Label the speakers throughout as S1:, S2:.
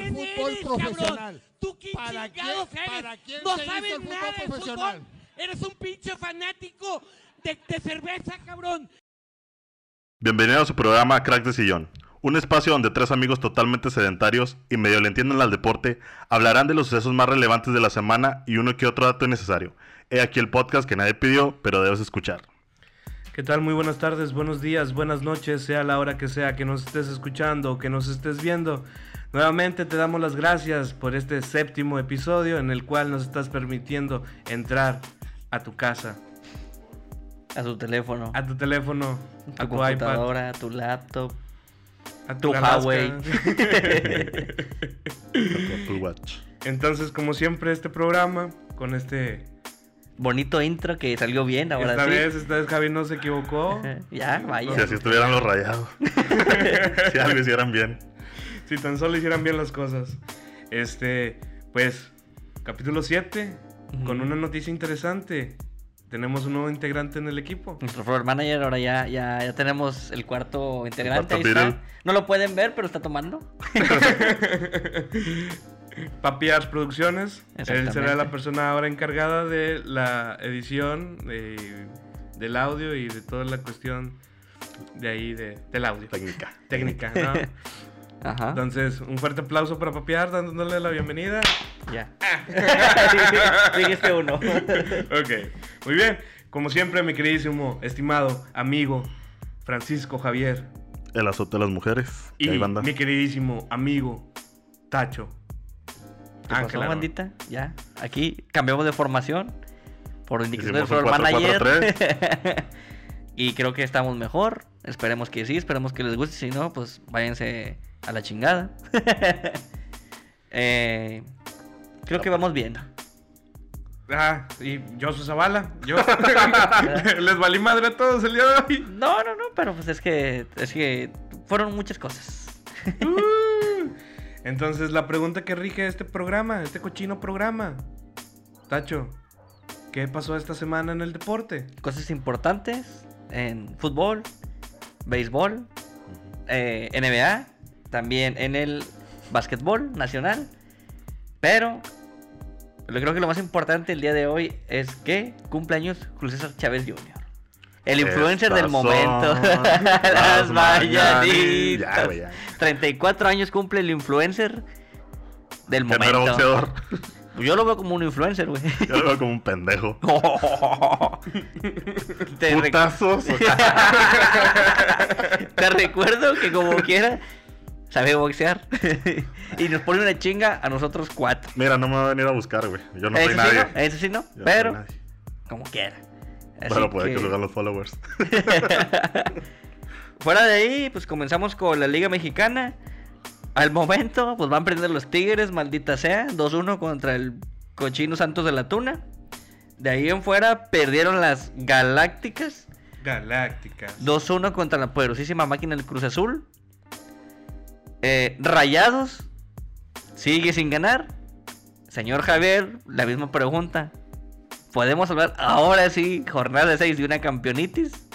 S1: fútbol
S2: eres,
S1: profesional.
S2: cabrón? ¿Tú qué
S1: ¿Para
S2: chingados
S1: quién-
S2: eres?
S1: para quién
S2: no
S1: se hizo
S2: sabes
S1: el fútbol
S2: nada de
S1: profesional?
S2: fútbol. Eres un pinche fanático de, de cerveza, cabrón.
S3: Bienvenido a su programa Crack de Sillón, un espacio donde tres amigos totalmente sedentarios y medio le entienden al deporte hablarán de los sucesos más relevantes de la semana y uno que otro dato necesario. He aquí el podcast que nadie pidió, pero debes escuchar.
S4: ¿Qué tal? Muy buenas tardes, buenos días, buenas noches, sea la hora que sea que nos estés escuchando o que nos estés viendo. Nuevamente te damos las gracias por este séptimo episodio en el cual nos estás permitiendo entrar a tu casa,
S5: A tu teléfono, a
S4: a tu teléfono,
S5: tu
S4: a tu iPad,
S5: computadora, a tu laptop,
S4: a
S5: tu
S4: Alaska.
S5: Huawei.
S3: Apple Watch.
S4: Entonces, como siempre, este programa con este...
S5: Bonito intro que salió bien ahora
S4: esta
S5: sí. Eh,
S4: vez, esta vez Javi no se equivocó.
S5: ya,
S3: Si
S5: vaya.
S3: así estuvieran los rayados. si algo hicieran bien.
S4: Si tan solo hicieran bien las cosas. Este, pues, capítulo 7,
S5: Ujú.
S4: con una noticia interesante. Tenemos un nuevo integrante en el equipo.
S5: Nuestro floor manager ahora ya, ya, ya tenemos el cuarto
S3: cuarto
S5: integrante. ahí
S3: Beatle.
S5: está. No lo pueden ver, pero está tomando.
S4: Papias Producciones. Él será
S5: Exactamente.
S4: la persona ahora encargada de la edición, de- del audio y de toda la cuestión de ahí, de, del audio.
S3: Técnica.
S4: Técnica, ¿no?
S5: Ajá.
S4: Entonces, un fuerte aplauso para Papiar, dándole la bienvenida.
S5: Ya. Dijiste uno.
S4: Ok, muy bien. Como siempre, mi queridísimo, estimado amigo Francisco Javier
S3: El azote de las mujeres. Y
S4: y
S3: ahí banda.
S4: mi queridísimo amigo Tacho.
S3: Ah,
S5: ¿Qué pasó,
S4: Ángela, ¿no?
S5: bandita? Ya. Aquí cambiamos de formación. Por indicación del
S3: Hicimos un
S5: floor manager. y creo que estamos mejor. Esperemos que sí, esperemos que les guste. Si no, pues váyanse a la chingada. Eh, creo
S3: pues.
S5: que vamos bien.
S4: Ah, y yo soy Zavala. Yo les valí madre a todos el día de hoy.
S5: No, no, no, pero pues es que, es que fueron muchas cosas.
S4: Uh. Entonces, la pregunta que rige este programa, este cochino programa. Tacho, ¿qué pasó esta semana en el deporte?
S5: Cosas importantes en fútbol, béisbol, eh, NBA, también en el básquetbol nacional. Pero yo creo que lo más importante el día de hoy es que cumpleaños Julio César Chávez Jr. El influencer
S3: Estas
S5: del momento.
S3: son
S5: Las
S3: mañanitas. Ya,
S5: mañanitas.
S3: güey, ya.
S5: 34 años cumple el influencer del
S3: Que no era
S5: momento.
S3: boxeador.
S5: Yo lo veo como un influencer, güey.
S3: Yo lo veo como un pendejo.
S5: Te rec-
S3: Putazos.
S5: Te recuerdo que como quiera sabe boxear. y nos pone una chinga a nosotros cuatro.
S3: Mira, no me va a venir a buscar, güey. Yo no
S5: eso,
S3: soy
S5: sí
S3: nadie.
S5: no, eso sí
S3: Yo
S5: no,
S3: no soy
S5: pero
S3: nadie.
S5: como quiera. Así
S3: Pero puede que,
S5: que-
S3: lo hagan los followers.
S5: Fuera de ahí, pues comenzamos con la Liga Mexicana. Al momento, pues van a prender los Tigres, maldita sea. 2-1 contra el cochino Santos de la Tuna. De ahí en fuera perdieron las Galácticas.
S4: Galácticas.
S5: 2-1 contra la poderosísima máquina del Cruz Azul. Eh, Rayados. Sigue sin ganar. Señor Javier, la misma pregunta. ¿Podemos hablar ahora sí, jornada 6 de una campeonitis?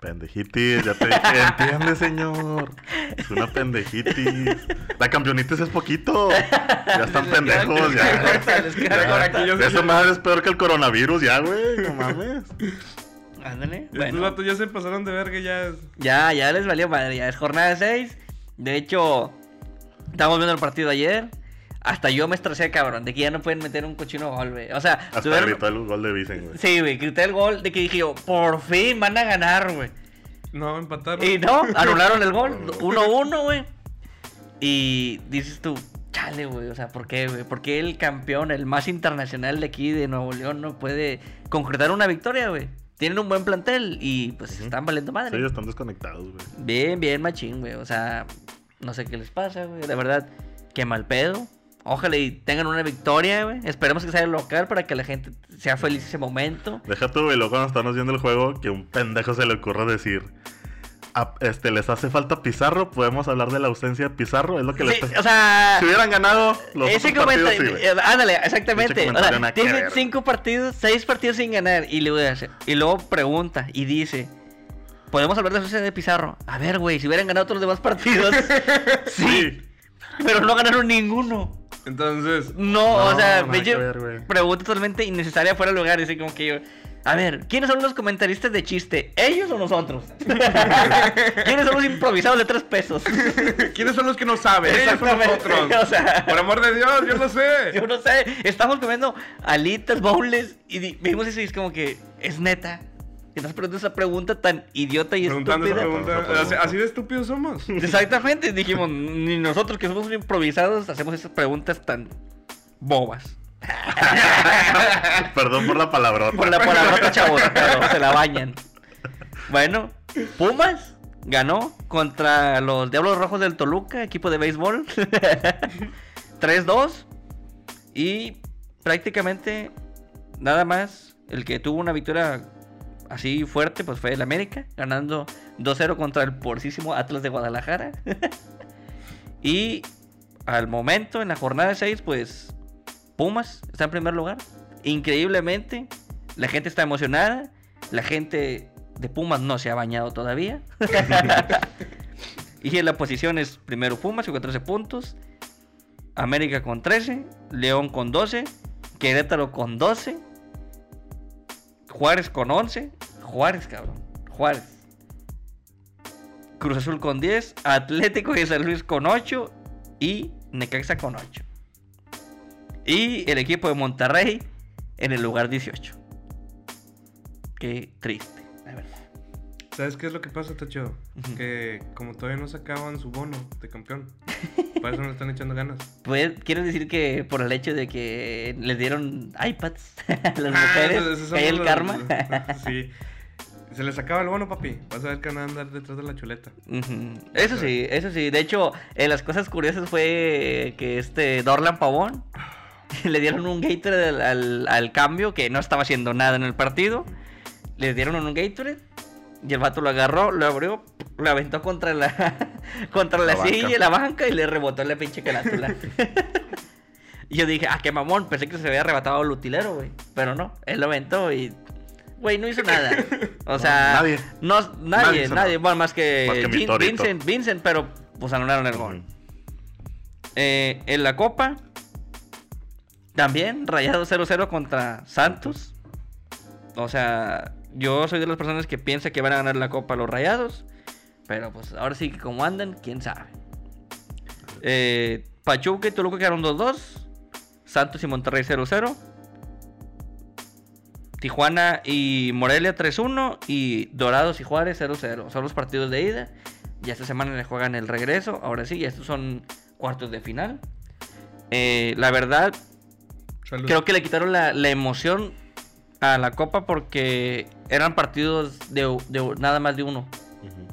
S3: Pendejitis, ya te dije. Entiende, señor. Es una pendejitis. La campeonitis es poquito. Ya están pendejos, ya.
S5: Les
S3: Ya.
S5: queda corta.
S3: Esa madre es peor que el coronavirus, ya, güey. No mames.
S5: Ándale,
S4: Estos
S5: bueno.
S4: vatos ya se pasaron de verga, ya.
S5: Ya, ya les valió madre, ya es jornada 6. De hecho, estábamos viendo el partido ayer. Hasta yo me estresé, cabrón, de que ya no pueden meter un cochino gol, güey. O sea,
S3: Hasta
S5: tuvieron-
S3: gritó el gol de Vicen, güey.
S5: Sí, güey, grité el gol de que dije yo, por fin van a ganar, güey.
S4: No, empataron.
S5: Y no, anularon el gol, 1-1, güey. Y dices tú, chale, güey, o sea, ¿por qué, güey? ¿Por qué el campeón, el más internacional de aquí de Nuevo León, no puede concretar una victoria, güey? Tienen un buen plantel y pues
S3: Ujú.
S5: están valiendo
S3: Sí,
S5: madre.
S3: ellos están desconectados, güey.
S5: Bien, bien, machín, güey. O sea, no sé qué les pasa, güey. La verdad, qué mal pedo. Ojalá y tengan una victoria, güey. Esperemos que sea el local para que la gente sea feliz ese momento.
S3: Deja tú, güey, luego cuando estamos viendo el juego, que un pendejo se le ocurra decir. "Ah, este, les hace falta Pizarro, podemos hablar de la ausencia de Pizarro, es lo que les
S5: Sí, o sea,
S3: Si hubieran ganado los
S5: ese
S3: otros partidos, sí,
S5: comentario. eh,
S3: güey.
S5: ándale, exactamente.
S3: Pinche
S5: O
S3: comentario
S5: sea,
S3: nada que
S5: tienen
S3: ver.
S5: cinco partidos, seis partidos sin ganar. Y luego, hace- y luego pregunta y dice. Podemos hablar de la ausencia de Pizarro. A ver, güey, si hubieran ganado todos los demás partidos. sí.
S3: Sí.
S5: pero no ganaron ninguno.
S6: Entonces,
S5: No, o
S6: No,
S5: sea,
S6: nada
S5: me
S6: que
S5: lle-
S6: ver, güey.
S5: pregunta totalmente innecesaria fuera de lugar. Así como que yo, a ver, ¿quiénes son los comentaristas de chiste? ¿Ellos o nosotros? ¿Quiénes son los improvisados de tres pesos?
S6: ¿quiénes son los que no saben? Ellos son
S5: Exactamente,
S6: nosotros.
S5: o sea.
S6: Por amor de Dios, yo lo sé.
S5: Yo no sé, estamos comiendo alitas, bowls y di- vimos eso y es como que, es neta. Que estás preguntando esa pregunta tan idiota y
S6: Preguntando esa
S5: estúpida.
S6: pregunta. Así, así de estúpidos somos.
S5: Exactamente, dijimos, ni nosotros que somos improvisados hacemos esas preguntas tan bobas.
S3: Perdón por la palabrota.
S5: Por la palabrota, chavos, pero se la bañan. Bueno, Pumas ganó contra los Diablos Rojos del Toluca, equipo de béisbol. 3-2. Y prácticamente nada más el que tuvo una victoria así fuerte pues fue el América, ganando 2-0 contra el porcísimo Atlas de Guadalajara. y al momento, en la jornada 6, pues Pumas está en primer lugar. Increíblemente, la gente está emocionada. La gente de Pumas no se ha bañado todavía. y en la posición es primero Pumas con 14 puntos. América con 13. León con 12. Querétaro con 12. Juárez con 11. Juárez, cabrón. Juárez. Cruz Azul con 10. Atlético de San Luis con 8. Y Necaxa con 8. Y el equipo de Monterrey en el lugar 18. Qué triste, la verdad.
S6: ¿Sabes qué es lo que pasa, Tacho?
S5: Ujú.
S6: Que como todavía no sacaban su bono de campeón, para eso no le están echando ganas.
S5: Pues, ¿Quieres decir que por el hecho de que les dieron iPads a las
S6: Ah,
S5: mujeres,
S6: esos- esos
S5: que hay
S6: son
S5: el
S6: los-
S5: karma?
S6: sí. Se les acaba el bono, papi. Vas a ver que van a andar detrás de la chuleta.
S5: Ujú. Eso sí, eso sí. De hecho, en las cosas curiosas fue que este Dorlan Pavón le dieron un Gatorade al, al- al cambio que no estaba haciendo nada en el partido. Le dieron un Gatorade y el vato lo agarró, lo abrió, lo aventó contra la, contra la,
S3: La banca.
S5: silla, la banca y le rebotó en la pinche carátula. Y Yo dije, ah, qué mamón, pensé que se había arrebatado el utilero, güey. Pero no, él lo aventó y. Güey, no hizo nada. O sea.
S3: nadie.
S5: No,
S3: Nadie
S5: nadie,
S3: hizo
S5: nadie.
S3: nada.
S5: Bueno, más que,
S3: Más que mi
S5: Eh, Vin-
S3: torito.
S5: Vincent, Vincent, pero pues anularon el gol. Eh, en la Copa, también rayado 0-0 contra Santos. O sea, yo soy de las personas que piensa que van a ganar la Copa los rayados. Pero pues ahora sí que como andan, quién sabe. Eh, Pachuca y Toluca quedaron 2-2. Santos y Monterrey 0-0. Tijuana y Morelia 3-1. Y Dorados y Juárez 0-0. Son los partidos de ida. Ya esta semana le juegan el regreso. Ahora sí, ya estos son cuartos de final. Eh, la verdad,
S6: Salud.
S5: creo que le quitaron la, la emoción a la Copa porque eran partidos de, de nada más de uno.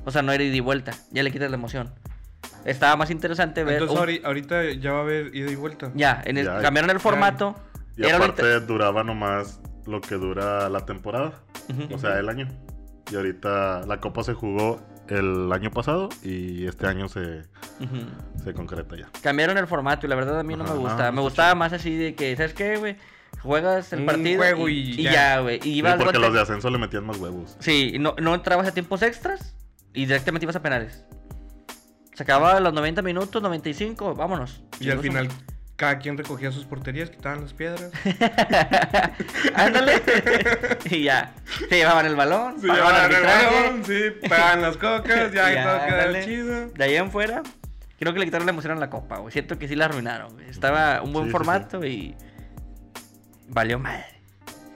S5: O sea, no era ida y vuelta. Ya le quitas la emoción. Estaba más interesante ver.
S6: Entonces
S5: un-
S6: ahori- ahorita ya va a haber ida y vuelta.
S5: Ya, en el-
S3: Ya,
S5: cambiaron el formato.
S3: Y
S5: Era lo
S3: aparte duraba nomás lo que dura la temporada,
S5: Ujú.
S3: o sea, el año. Y ahorita la copa se jugó el año pasado y este año se,
S5: inter- Ujú.
S3: se concreta ya.
S5: Cambiaron el formato y la verdad a mí no
S3: Ajá,
S5: me
S3: no,
S5: gustaba.
S3: no
S5: me
S3: está
S5: gustaba más así de que, ¿sabes qué, güey? Juegas el
S6: Un
S5: partido
S6: juego
S5: y,
S6: y
S5: y
S6: ya.
S5: ya, güey. Y
S3: Sí,
S5: ibas al
S3: porque
S5: bote.
S3: los de ascenso le metían más huevos.
S5: Sí, y no, no entrabas a tiempos extras y directamente ibas a penales. Se acababa los 90 minutos, 95, vámonos.
S6: Y al
S5: Chingos,
S6: final, cada quien recogía sus porterías, quitaban las piedras.
S5: Ándale. y ya. Se llevaban el balón,
S6: Se
S5: pagaban
S6: llevaban el
S5: arbitraje.
S6: balón, sí, pagaban las cocas, ya,
S5: Ya,
S6: todo quedaba
S5: ándale.
S6: chido.
S5: De ahí en fuera, creo que le quitaron la emoción a la copa, güey. Siento que sí la arruinaron. güey. Estaba un buen
S3: Sí, sí, sí.
S5: formato y. Valió madre.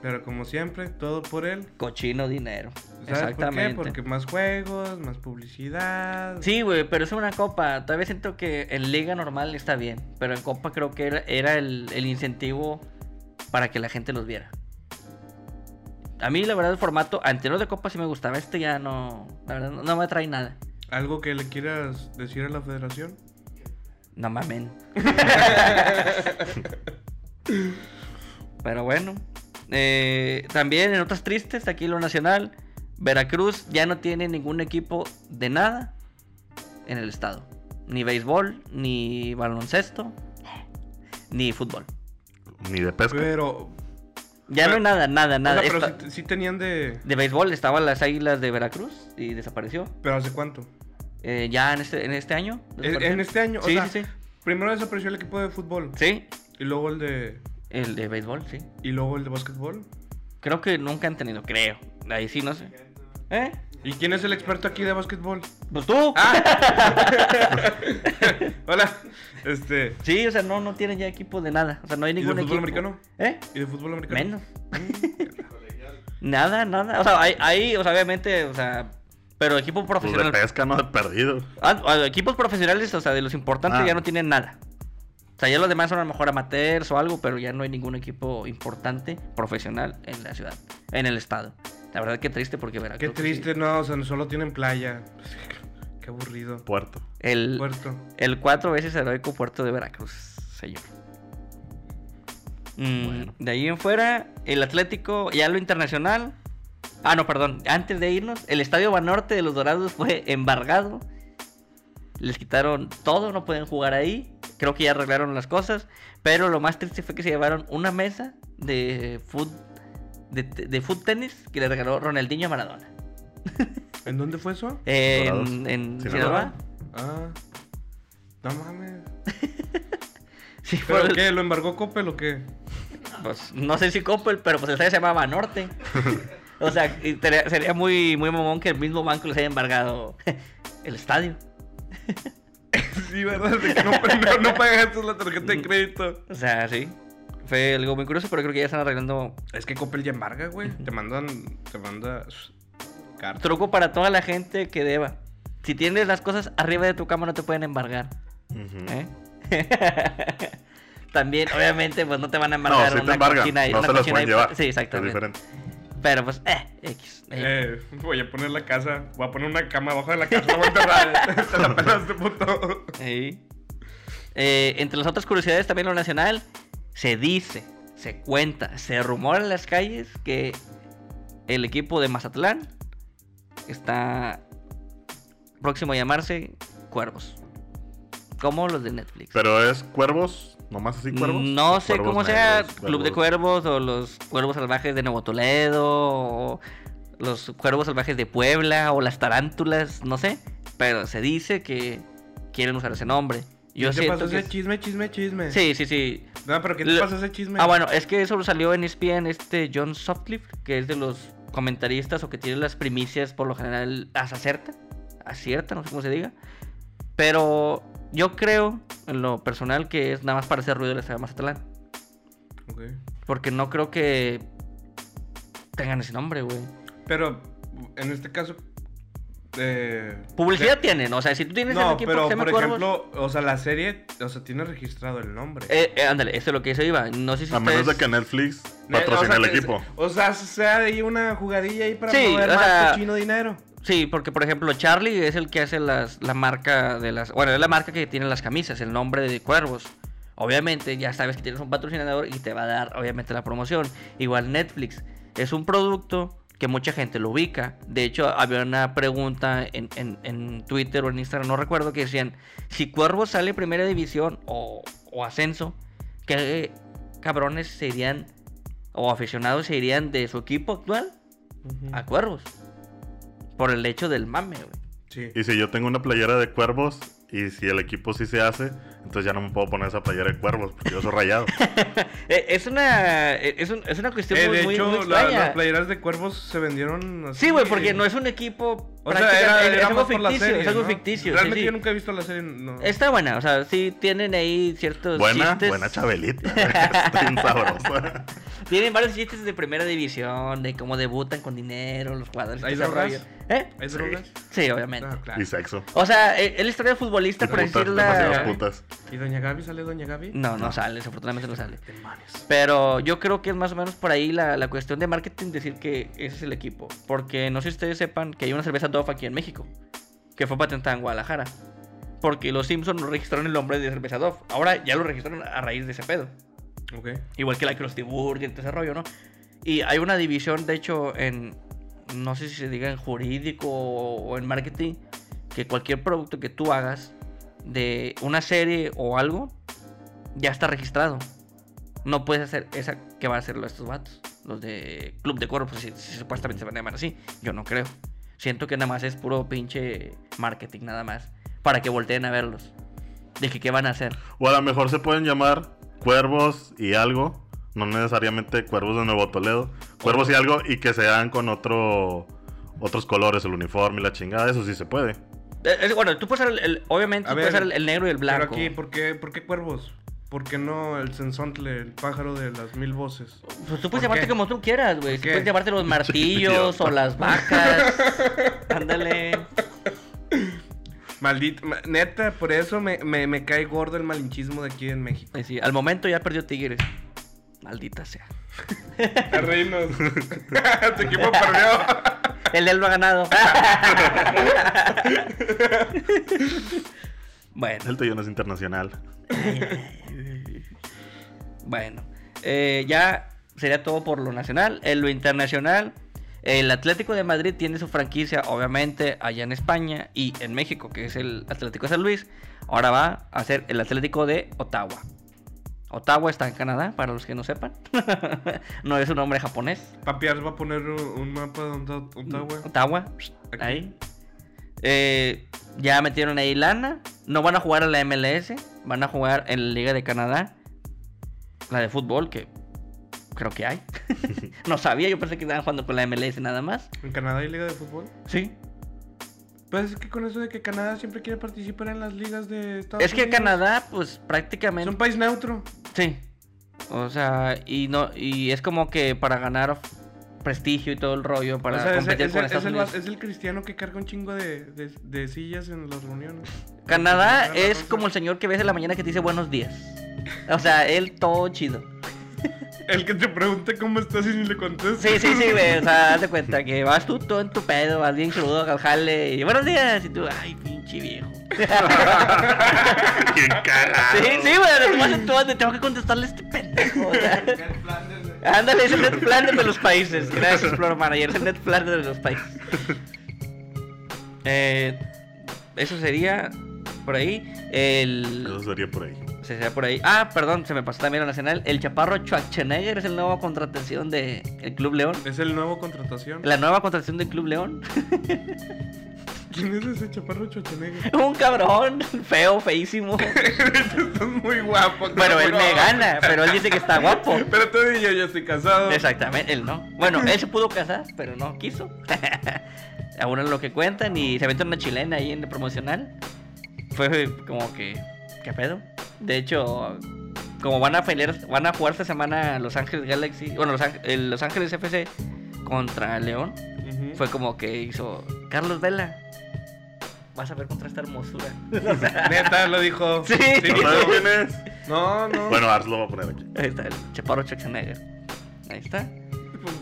S6: Pero como siempre, todo por él.
S5: Cochino dinero.
S6: ¿Sabes por qué?
S5: Exactamente.
S6: Porque más juegos, más publicidad.
S5: Sí, güey, pero es una copa. Todavía siento que en liga normal está bien. Pero en copa creo que era, era el, el incentivo para que la gente los viera. A mí, la verdad, el formato anterior de copa sí me gustaba. Este ya no. La verdad, no, no me atrae nada.
S6: ¿Algo que le quieras decir a la federación?
S5: No mamen. Pero bueno. eh, también en otras tristes, aquí lo nacional, Veracruz ya no tiene ningún equipo de nada en el estado. Ni béisbol, ni baloncesto, ni fútbol.
S3: Ni de pesca. Pues
S6: Pero.
S5: Ya no hay nada, nada, nada.
S6: o sea, pero
S5: Esta-
S6: sí, sí tenían de.
S5: De béisbol estaban las águilas de Veracruz y desapareció.
S6: ¿Pero hace cuánto?
S5: Eh, ya en este, en este año.
S6: En,
S5: desapareció.
S6: en este año. o
S5: Sí,
S6: sea,
S5: sí, sí.
S4: Primero desapareció el equipo de fútbol.
S5: Sí,
S4: Y luego el de.
S5: el de béisbol, sí.
S4: Y luego el de básquetbol.
S5: Creo que nunca han tenido, creo. Ahí sí, no sé. ¿Eh?
S4: ¿Y quién es el experto aquí de básquetbol?
S5: Pues tú.
S4: Ah. Hola. Este.
S5: Sí, o sea, no, no tienen ya equipo de nada. O sea, no hay
S4: de
S5: ningún
S4: fútbol
S5: equipo.
S4: americano?
S5: ¿Eh?
S4: ¿Y de fútbol americano?
S5: Menos. nada, nada. O sea, ahí, ahí, o sea, obviamente, o sea, pero equipo
S3: Pues de
S5: profesional.
S3: pesca, ¿no? De perdido.
S5: Ah, ah, equipos profesionales, o sea, de los importantes
S3: Ah.
S5: ya no tienen nada. O sea, ya los demás son a lo mejor amateurs o algo, pero ya no hay ningún equipo importante profesional en la ciudad, en el estado. La verdad que triste porque
S4: Qué
S5: Veracruz.
S4: triste,
S5: sí.
S4: no, o sea, solo tienen playa. Pues, Qué aburrido.
S3: Puerto.
S5: El,
S4: Puerto.
S5: el cuatro veces heroico puerto de Veracruz, señor. Mm,
S3: Bueno.
S5: De ahí en fuera, el Atlético, ya lo internacional. Ah, no, perdón. Antes de irnos, el Estadio Banorte de los Dorados fue embargado. Les quitaron todo, no pueden jugar ahí. Creo que ya arreglaron las cosas. Pero lo más triste fue que se llevaron una mesa de foot, de, de foot tenis que le regaló Ronaldinho a Maradona.
S4: ¿En dónde fue eso?
S3: Dorados.
S5: En, en
S3: Sinaloa.
S5: Sinaloa.
S4: Ah. No mames.
S5: Sí, fue
S4: ¿Pero
S5: el-
S4: qué? ¿Lo embargó Coppel o qué?
S5: Pues no sé si Coppel, pero pues el estadio se llamaba Norte. o sea, y sería, sería muy, muy mamón que el mismo banco les haya embargado el estadio.
S4: Sí, ¿verdad? De que no, no, no pagaste la tarjeta de crédito.
S5: O sea, sí. Fue algo muy curioso, pero creo que ya están arreglando
S4: Es que Coppel ya embarga, güey. Te mandan. Te manda. Carta.
S5: truco para toda la gente que deba. Si tienes las cosas arriba de tu cama no te pueden embargar.
S3: Ujú.
S5: ¿eh? También, obviamente, pues no te van a
S3: No,
S5: embargar
S3: sí te
S5: una
S3: embargan.
S5: cochina ahí-
S3: No
S5: una
S3: se las
S5: cochina
S3: pueden
S5: ahí-
S3: llevar.
S5: Sí,
S3: Es
S5: exactamente.
S3: diferente.
S5: Pero pues, eh, X. eh.
S4: Eh, voy a poner la casa. Voy a poner una cama abajo de la casa. La voy a enterrar. Te la pelaste, puto.
S5: Ey. Eh, entre las otras curiosidades también lo nacional, se dice, se cuenta, se rumora en las calles que el equipo de Mazatlán está próximo a llamarse Cuervos. Como los de Netflix.
S3: Pero es cuervos, nomás así cuervos.
S5: Mm, No
S3: ¿O
S5: sé
S3: cuervos
S5: cómo sea,
S3: negros,
S5: Club de Cuervos o los Cuervos Salvajes de Nuevo Toledo o los Cuervos Salvajes de Puebla o las Tarántulas, no sé. Pero se dice que quieren usar ese nombre. Yo
S4: ¿Qué
S5: siento
S4: pasó
S5: que...
S4: ese chisme, chisme, chisme?
S5: Sí, sí, sí.
S4: No, pero ¿qué te
S5: Lo-
S4: pasa ese chisme?
S5: Ah, bueno, es que eso lo salió en ESPN este John Sutcliffe, que es de los comentaristas o que tiene las primicias por lo general hasta acierta, acierta, no sé cómo se diga. Pero yo creo, en lo personal, que es nada más para hacer ruido el Estadio Mazatlán.
S4: Ok.
S5: Porque no creo que tengan ese nombre, güey.
S4: Pero en este caso. Eh,
S5: Publicidad tienen, o sea, si tú tienes
S4: No,
S5: ese equipo
S4: pero
S5: que se llama
S4: por
S5: Cuervos-
S4: ejemplo, o sea, la serie, o sea, tiene registrado el nombre.
S5: Eh, eh, ándale, eso es lo que eso iba. No sé si
S3: A menos de
S5: ustedes-
S3: que Netflix
S4: Ne-
S3: patrocine
S4: o sea,
S3: el
S4: que-
S3: equipo.
S4: O sea, sea de ahí una jugadilla ahí para
S5: Sí,
S4: mover
S5: o
S4: más
S5: sea-
S4: cochino dinero.
S5: Sí, porque por ejemplo Charlie es el que hace las, la marca de las... Bueno, es la marca que tiene las camisas, el nombre de Cuervos. Obviamente ya sabes que tienes un patrocinador y te va a dar obviamente la promoción. Igual Netflix es un producto que mucha gente lo ubica. De hecho, había una pregunta en, en- en Twitter o en Instagram, no recuerdo, que decían, si Cuervos sale primera división o, o ascenso, ¿qué cabrones se irían o aficionados se irían de su equipo actual a Cuervos? Por el hecho del mame, güey.
S4: Sí.
S3: Y si yo tengo una playera de cuervos y si el equipo sí se hace, entonces ya no me puedo poner esa playera de cuervos porque yo soy rayado.
S5: Eh, Es una, eh, es un- es una cuestión
S4: Eh,
S5: muy,
S4: de
S5: muy-
S4: hecho,
S5: muy
S4: la-
S5: extraña.
S4: las playeras de cuervos se vendieron así.
S5: Sí, güey, porque no es un equipo
S4: O sea, era-
S5: prácticamente-
S4: era
S5: es algo
S4: más por la
S5: ficticio,
S4: serie,
S5: es algo
S4: ¿no?
S5: ficticio. sí,
S4: Realmente
S5: sí.
S4: yo nunca he visto la serie. No.
S5: Está buena, o sea, sí tienen ahí ciertos
S3: buena,
S5: chistes.
S3: buena chabelita. Está bien sabrosa.
S5: Tienen varios chistes de primera división, de cómo debutan con dinero, los jugadores.
S4: ¿Hay
S5: que se
S4: drogas?
S5: arrollan. ¿Eh?
S4: ¿Hay drogas?
S5: Sí, obviamente.
S4: Ah, claro.
S3: Y sexo.
S5: O sea, eh, él historia de futbolista, por
S3: Putas, demasiadas
S5: decirla.
S3: putas.
S4: ¿Y Doña Gaby sale Doña Gaby?
S5: No, no sale, desafortunadamente no sale.
S4: Demonios.
S5: Pero yo creo que es más o menos por ahí la, la cuestión de marketing, decir que ese es el equipo. Porque no sé si ustedes sepan que hay una cerveza Dove aquí en México, que fue patentada en Guadalajara. Porque los Simpsons no registraron el nombre de cerveza Dove. Ahora ya lo registraron a raíz de ese pedo.
S4: Ok.
S5: Igual que la Krusty Burger y todo ese rollo, ¿no? Y hay una división, de hecho, en. No sé si se diga en jurídico o, o en marketing, que cualquier producto que tú hagas de una serie o algo, ya está registrado. No puedes hacer esa que van a hacerlo estos vatos, los de Club de Cuervos, pues, si, si supuestamente se van a llamar así. Yo no creo. Siento que nada más es puro pinche marketing, nada más, para que volteen a verlos. de que qué van a hacer.
S3: O a lo mejor se pueden llamar cuervos y algo. No necesariamente cuervos de Nuevo Toledo. Cuervos y algo y que sean con otro otros colores, el uniforme y la chingada. Eso sí se puede.
S5: Eh, eh, bueno, tú puedes ser, el, el- obviamente,
S4: A
S5: tú puedes
S4: ver,
S5: ser el, el negro y el
S4: Pero
S5: blanco.
S4: aquí, ¿por qué, por qué cuervos? ¿Por qué no el censontle, el pájaro de las mil voces?
S5: Pues tú
S4: ¿Por
S5: puedes llamarte
S4: qué?
S5: como tú quieras, güey.
S4: qué?
S5: Puedes llamarte los martillos
S3: idiota.
S5: o las vacas. Ándale.
S4: Maldito, ma- neta, por eso me, me- me cae gordo el malinchismo de aquí en México.
S5: Y sí, al momento ya perdió Tigres. Maldita sea.
S4: A reinos. tu equipo perdió.
S5: El de él lo ha ganado. bueno,
S3: El Tellón es internacional.
S5: bueno. Eh, ya sería todo por lo nacional. En lo internacional, el Atlético de Madrid tiene su franquicia, obviamente, allá en España y en México, que es el Atlético de San Luis. Ahora va a ser el Atlético de Ottawa. Ottawa está en Canadá, para los que no sepan. no es un nombre japonés.
S4: Papiar va a poner un, un mapa donde Ottawa.
S5: Ottawa.
S4: Aquí.
S5: Ahí. Eh, ya metieron ahí lana. No van a jugar a la MLS. Van a jugar en la Liga de Canadá. La de fútbol, que creo que hay. no sabía, yo pensé que estaban jugando con la MLS nada más.
S4: ¿En Canadá hay liga de fútbol?
S5: Sí.
S4: Pues es que con eso de que Canadá siempre quiere participar en las ligas de Estados
S5: Es que
S4: Unidos,
S5: Canadá, pues
S4: Es
S5: prácticamente.
S4: un país neutro.
S5: Sí. O sea, y no y es como que para ganar prestigio y todo el rollo, para
S4: O sea, es,
S5: competir
S4: es-
S5: con
S4: es
S5: Estados
S4: el,
S5: Unidos.
S4: es el cristiano que carga un chingo de, de- de sillas en las reuniones.
S5: Canadá
S4: Para que
S5: es
S4: la
S5: como el
S4: raza-
S5: señor que ves en la mañana que te dice buenos días. O sea, él todo chido.
S4: El que te pregunta cómo estás y ni le contestas.
S5: Sí, sí, sí, güey. O sea, haz de cuenta que vas tú todo en tu pedo, vas bien crudo, al jale y buenos días. Y tú, ay, pinche viejo.
S3: Bien cagado.
S5: Sí, sí, güey. Nomás en todo, te tengo que contestarle a este pendejo. o sea. Ándale, es el net planner de los países. Gracias, Flor Manager. Es el net planner de los países. Eh, eso sería por ahí. El.
S3: Eso sería por ahí.
S5: Se sea por ahí. Ah, perdón, se me pasó también a Nacional. El chaparro Schwarzenegger es el nuevo contratación del Club León.
S4: Es el nuevo contratación.
S5: La nueva contratación del Club León.
S4: ¿Quién es ese chaparro Schwarzenegger?
S5: Un cabrón, feo, feísimo.
S4: Estás muy guapo.
S5: Pero él me
S4: cabrón.
S5: gana, pero él dice que está guapo.
S4: Pero tú y yo, yo estoy casado.
S5: Exactamente, él no. Bueno, él se pudo casar, pero no quiso. Ahora es lo que cuentan y se aventó una chilena ahí en el promocional. Fue como que, ¿qué pedo? De hecho, como van a pelear, van a jugar esta semana Los Ángeles Galaxy, bueno, Los, Ángel- el Los Ángeles FC contra León.
S4: Ujú.
S5: Fue como que hizo Carlos Vela. Vas a ver contra esta hermosura.
S4: Neta, lo dijo.
S5: Sí.
S3: ¿No sabes quién es?
S4: No, no.
S3: Bueno, Ars lo va a poner aquí.
S5: Ahí está, el Chaparro Schwarzenegger. Ahí está.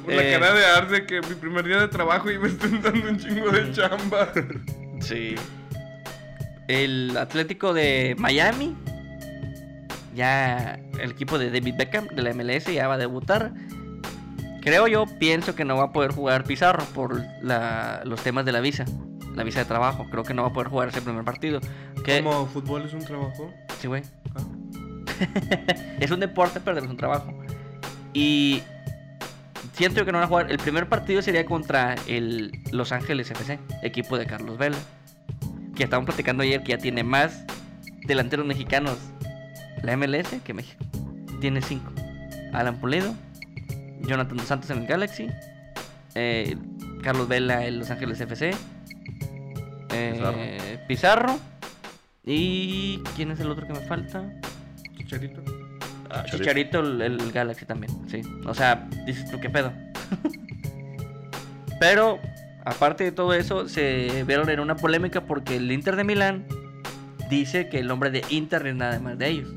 S4: Pues, La
S5: eh.
S4: cara de Arce que mi primer día de trabajo y me están dando un chingo de chamba.
S5: Sí. El Atlético de Miami. Ya el equipo de David Beckham de la MLS ya va a debutar. Creo yo, pienso que no va a poder jugar Pizarro por la- los temas de la visa. La visa de trabajo. Creo que no va a poder jugar ese primer partido. Que,
S4: Como fútbol es un trabajo.
S5: Sí, güey.
S4: Ah.
S5: es un deporte perder un trabajo. Y siento que no van a jugar. El primer partido sería contra el Los Ángeles FC, equipo de Carlos Vela. Que estaban platicando ayer que ya tiene más delanteros mexicanos la MLS que México. Tiene cinco. Alan Pulido, Jonathan dos Santos en el Galaxy, eh, Carlos Vela en Los Ángeles FC, eh, Pizarro y ¿quién es el otro que me falta?
S4: Chicharito.
S5: Ah,
S3: Chicharito.
S5: Chicharito, el, el Galaxy también, sí. O sea, dices tú, ¿qué pedo? Pero, aparte de todo eso, se vieron en una polémica porque el Inter de Milán dice que el hombre de Inter es nada más de ellos.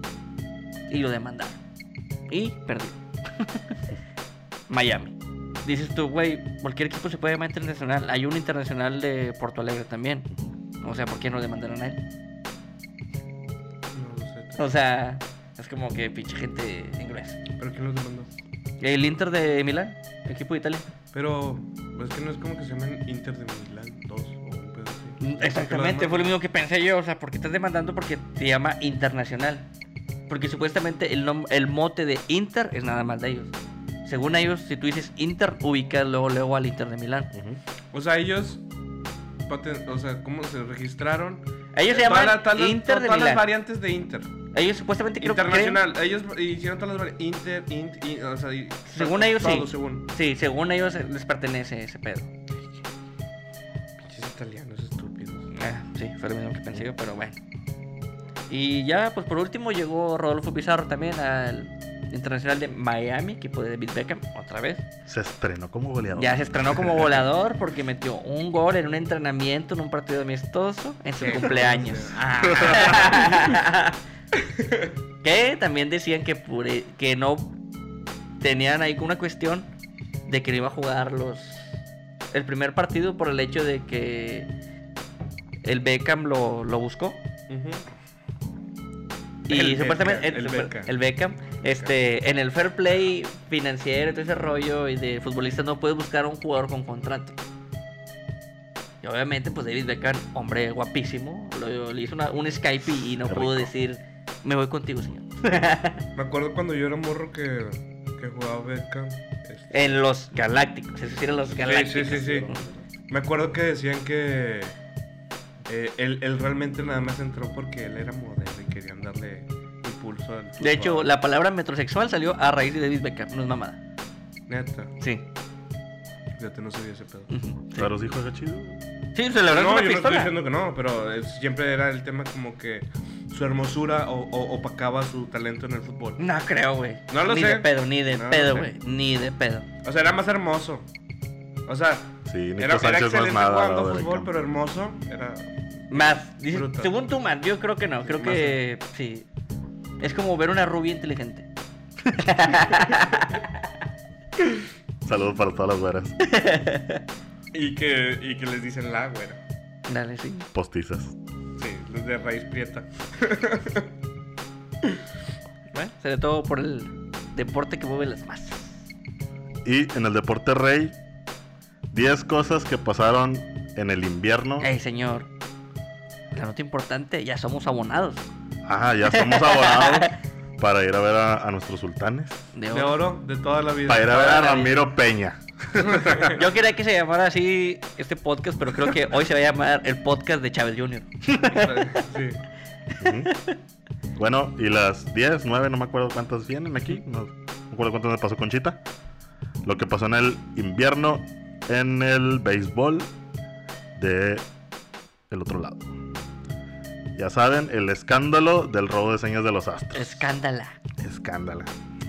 S5: Y lo demandaron. Y perdió. Miami. Dices tú, güey, cualquier equipo se puede llamar internacional. Hay un internacional de Porto Alegre también. O sea, ¿por qué no demandaron a él?
S4: No lo sé.
S5: O sea, es como que pinche gente inglesa.
S4: ¿Pero quién los demandó?
S5: El Inter de Milán, equipo de Italia.
S4: Pero pues, es que no es como que se llamen Inter de Milán 2 o un pedo así.
S5: Mm, Exactamente, fue lo mismo que pensé yo. O sea, ¿por qué estás demandando? Porque se llama internacional. Porque supuestamente el, nom- el mote de Inter es nada más de ellos. Según ellos, si tú dices Inter, ubicas luego, luego al Inter de Milán.
S3: Ujú.
S4: O sea, ellos. paten- O sea, ¿cómo se registraron
S5: Ellos se
S4: Todas
S5: llaman
S4: las- todas las-
S5: Inter de
S4: todas las
S5: Milán.
S4: variantes de Inter.
S5: Ellos supuestamente creo que
S4: Internacional. Ellos hicieron todas las variantes. Inter, Int, in- o sea, y-
S5: Según ellos,
S4: todo,
S5: sí.
S4: según.
S5: Sí, según ellos eh, les pertenece ese pedo.
S4: Pinches italianos estúpidos.
S5: Ah, sí, fue lo mismo que pensé yo, pero bueno. Y ya, pues por último llegó Rodolfo Pizarro también al Internacional de Miami, equipo de David Beckham, otra vez.
S3: Se estrenó como goleador.
S5: Ya se estrenó como volador porque metió un gol en un entrenamiento, en un partido amistoso, en su
S4: Qué
S5: cumpleaños.
S4: cosa.
S5: Ah. que también decían que, por e- que no tenían ahí una cuestión de que no iba a jugar los el primer partido por el hecho de que el Beckham lo, lo buscó.
S4: Ujú.
S5: Y
S4: El
S5: supuestamente
S4: Beckham,
S5: el,
S4: el
S5: super-
S4: Beckham.
S5: el Beckham, este, en el fair play financiero, todo ese rollo y de futbolista no puedes buscar a un jugador con contrato. Y obviamente, pues David Beckham, hombre guapísimo, lo- le hizo una- un Skype y no
S3: Qué
S5: pudo
S3: rico.
S5: decir, me voy contigo, señor.
S4: Me acuerdo cuando yo era morro que, que jugaba Beckham. este,
S5: En los Galácticos, es decir, en los Galácticos.
S4: sí, sí. Me acuerdo que decían que eh, él, él realmente nada más entró porque él era modelo y querían darle impulso al
S5: De hecho,
S4: fútbol.
S5: la palabra metrosexual salió a raíz de David Beckham, no es mamada.
S4: Neta,
S5: Sí.
S4: yo te no sabía ese pedo.
S5: ujú, sí.
S3: Claro, sí juega chido.
S5: Sí, celebraron
S4: no, yo
S5: con una
S4: no estoy
S5: pistola.
S4: diciendo que no, pero es- siempre era el tema como que su hermosura o, o- opacaba su talento en el fútbol.
S5: No creo, güey.
S4: No lo
S5: ni
S4: sé.
S5: de pedo, ni de
S4: No lo
S5: pedo,
S4: sé.
S5: güey. Ni de pedo.
S4: O sea, era más hermoso. O sea,
S3: Sí, Nico
S4: era, era
S3: Sánchez no
S4: excelente
S3: es nada. la
S4: jugando
S3: verdad,
S4: fútbol,
S3: que-
S4: pero hermoso era...
S5: Más. dice-
S4: Brutal.
S5: según tú, más. Yo creo que no. Creo
S4: Más.
S5: que sí. Es como ver una rubia inteligente.
S3: Saludos para todas las güeras
S4: Y que, y que les dicen la güera.
S5: Dale, sí.
S3: postizas.
S4: Sí, los de raíz prieta.
S5: Bueno, ¿Eh? sobre todo por el deporte que mueve las masas.
S3: Y en el deporte rey, 10 cosas que pasaron en el invierno.
S5: Ey, señor. La nota importante, ya somos abonados.
S3: Ajá, ya somos abonados para ir a ver a, a nuestros sultanes.
S5: De
S4: De
S5: oro.
S4: oro de toda la vida.
S3: Para ir a ver a
S5: Ahora bien.
S3: Ramiro Peña.
S5: Yo quería que se llamara así este podcast, pero creo que hoy se va a llamar el podcast de Chávez Jr.
S4: Sí.
S3: Ujú. Bueno, y las 10, 9, no me acuerdo cuántas vienen aquí. No me acuerdo cuántas me pasó Conchita. Lo que pasó en el invierno en el béisbol de el otro lado. Ya saben, el escándalo del robo de señas de los astros.
S5: Escándala.
S3: Escándalo.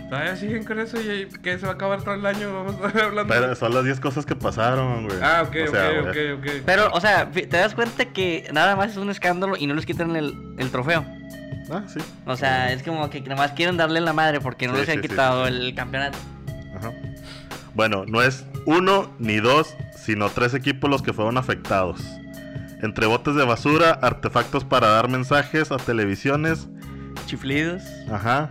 S4: Todavía siguen con eso y que se va a acabar todo el año. Vamos a estar hablando.
S3: Pero son las 10 cosas que pasaron, güey.
S4: Ah, ok,
S3: O sea,
S4: ok,
S3: güey,
S4: ok, ok.
S5: Pero, o sea, fi- te das cuenta que nada más es un escándalo y no les quitan el, el trofeo.
S3: Ah, sí.
S5: O sea, es como que nomás quieren darle la madre porque no
S3: Sí,
S5: les han
S3: sí, sí,
S5: quitado
S3: sí,
S5: el campeonato.
S3: Ajá. Bueno, no es uno ni dos, sino tres equipos los que fueron afectados. Entre botes de basura, artefactos para dar mensajes a televisiones,
S5: Chiflidos.
S3: ajá,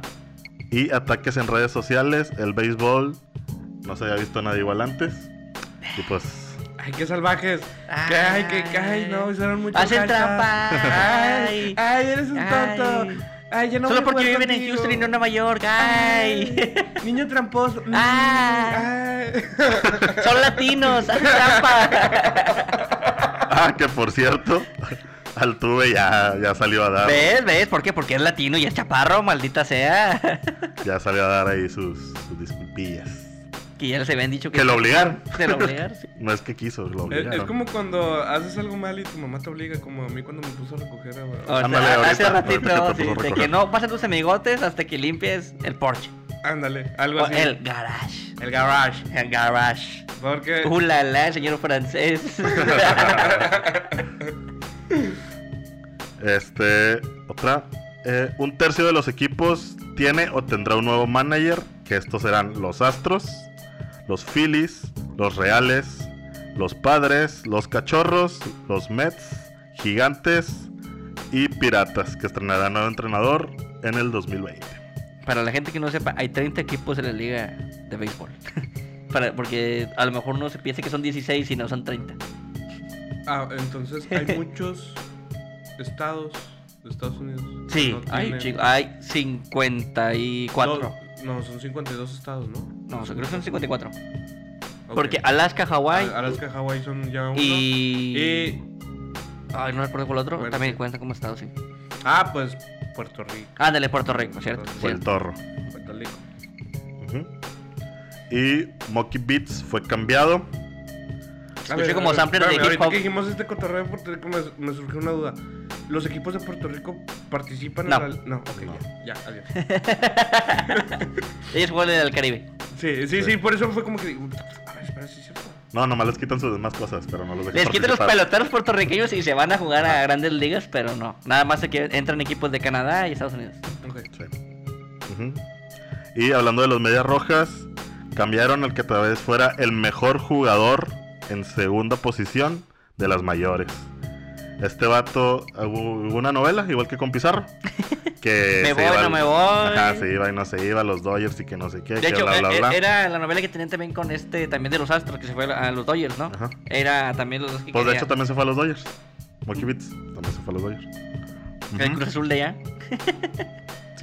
S3: y ataques en redes sociales, el béisbol, no se había visto nada igual antes. Y pues,
S4: Ay, qué salvajes. Que, ay, que, que, ay, no, hicieron mucho.
S5: Ah. Hacen
S4: cancha.
S5: trampa.
S4: Ay, ay, eres un
S5: Ay.
S4: tonto. Ay, ya no
S5: Solo
S4: voy a
S5: porque
S4: jugar
S5: viven en
S4: contigo.
S5: Houston y no en Nueva York. Ay.
S4: Niño tramposo. Mm,
S5: Ay.
S4: ay. Ah.
S5: Son latinos. Hacen trampa.
S3: ah, que por cierto, Altuve ya, ya salió a dar,
S5: ¿Ves? ¿Ves? ¿Por qué? Porque es latino y es chaparro, maldita sea.
S3: ya salió a dar ahí sus, sus disculpillas.
S5: Que ya les habían dicho que.
S3: Que lo obligaron,
S5: Se lo obligaron, sí.
S3: no es que quiso, lo
S4: Es,
S3: obligaron.
S4: es como cuando haces algo mal y tu mamá te obliga, como a mí cuando me puso a recoger a...
S5: O sea,
S3: Ándale, ahorita,
S5: hace
S3: ahorita que te
S5: ratito,
S3: puso
S5: sí,
S3: a
S5: de que
S3: recoger.
S5: no pasen tus amigotes hasta que limpies el porche.
S4: Ándale, algo
S5: O
S4: así.
S5: el garage.
S4: El garage. Eh.
S5: El garage.
S4: Porque...
S5: Uh, la, la, el señor francés.
S3: Este, otra. Eh, un tercio de los equipos tiene o tendrá un nuevo manager, que estos serán los Astros, los Phillies, los Reales, los Padres, los Cachorros, los Mets, Gigantes y Piratas, que estrenará nuevo entrenador en el 2020.
S5: Para la gente que no sepa, hay 30 equipos en la liga de béisbol. Para, porque a lo mejor no se piensa que son 16 y no son 30.
S4: Ah, entonces hay muchos estados de Estados Unidos. que
S5: Sí,
S4: no
S5: hay,
S4: tienen-
S5: chico, hay 54.
S4: No, no, son 52 estados, ¿no?
S5: No, creo que son 54.
S4: Ok.
S5: Porque Alaska, Hawái
S4: A- Alaska, Hawái son ya uno.
S5: y...
S4: Y
S5: Ay, no recuerdo cuál otro.
S4: Bueno,
S5: También
S4: sí.
S5: cuenta como estado, sí.
S4: Ah, pues Puerto Rico.
S5: Ándale, Puerto Rico, ¿cierto?
S4: Puerto
S3: Fue el
S5: Cierto.
S3: torro.
S4: Puerto Rico.
S3: Ujú. Y Monkey Beats fue cambiado.
S5: Escuché como sampler de
S4: espérame,
S5: hip
S4: ahorita
S5: hop.
S4: que dijimos este cotorreo de Puerto Rico, me, me surgió una duda. ¿Los equipos de Puerto Rico participan
S5: No.
S4: en la... No, ok,
S3: No.
S4: ya, ya, adiós.
S5: Ellos juegan en el Caribe.
S4: Sí, sí, sí, por eso fue como que... A ver, espera, sí es cierto.
S3: No, nomás les quitan sus demás cosas, pero no los dejan
S5: Les quitan los
S3: participar.
S5: peloteros puertorriqueños y se van a jugar a grandes ligas, pero no. Nada más que entran equipos de Canadá y Estados Unidos.
S4: Ok.
S3: Sí. Ujú. Y hablando de los medias rojas, cambiaron al que tal vez fuera el mejor jugador en segunda posición de las mayores. Este vato, hubo hubo una novela, igual que con Pizarro. Que
S5: Me
S3: se
S5: voy,
S3: iba
S5: no
S3: al-
S5: me voy.
S3: Ajá, se iba y no se iba, los Dodgers y que no sé qué.
S5: De
S3: que
S5: hecho,
S3: bla, bla,
S5: e- e-
S3: bla.
S5: era la novela que tenían también con este, también de los Astros, que se fue a los Dodgers, ¿no?
S3: Ajá.
S5: Era también los que
S3: Pues de
S5: quería-
S3: hecho también se fue a los Dodgers. Monkey Beats también se fue a los Dodgers.
S5: el
S3: Ujú. Pues.
S5: Cruz Azul de allá.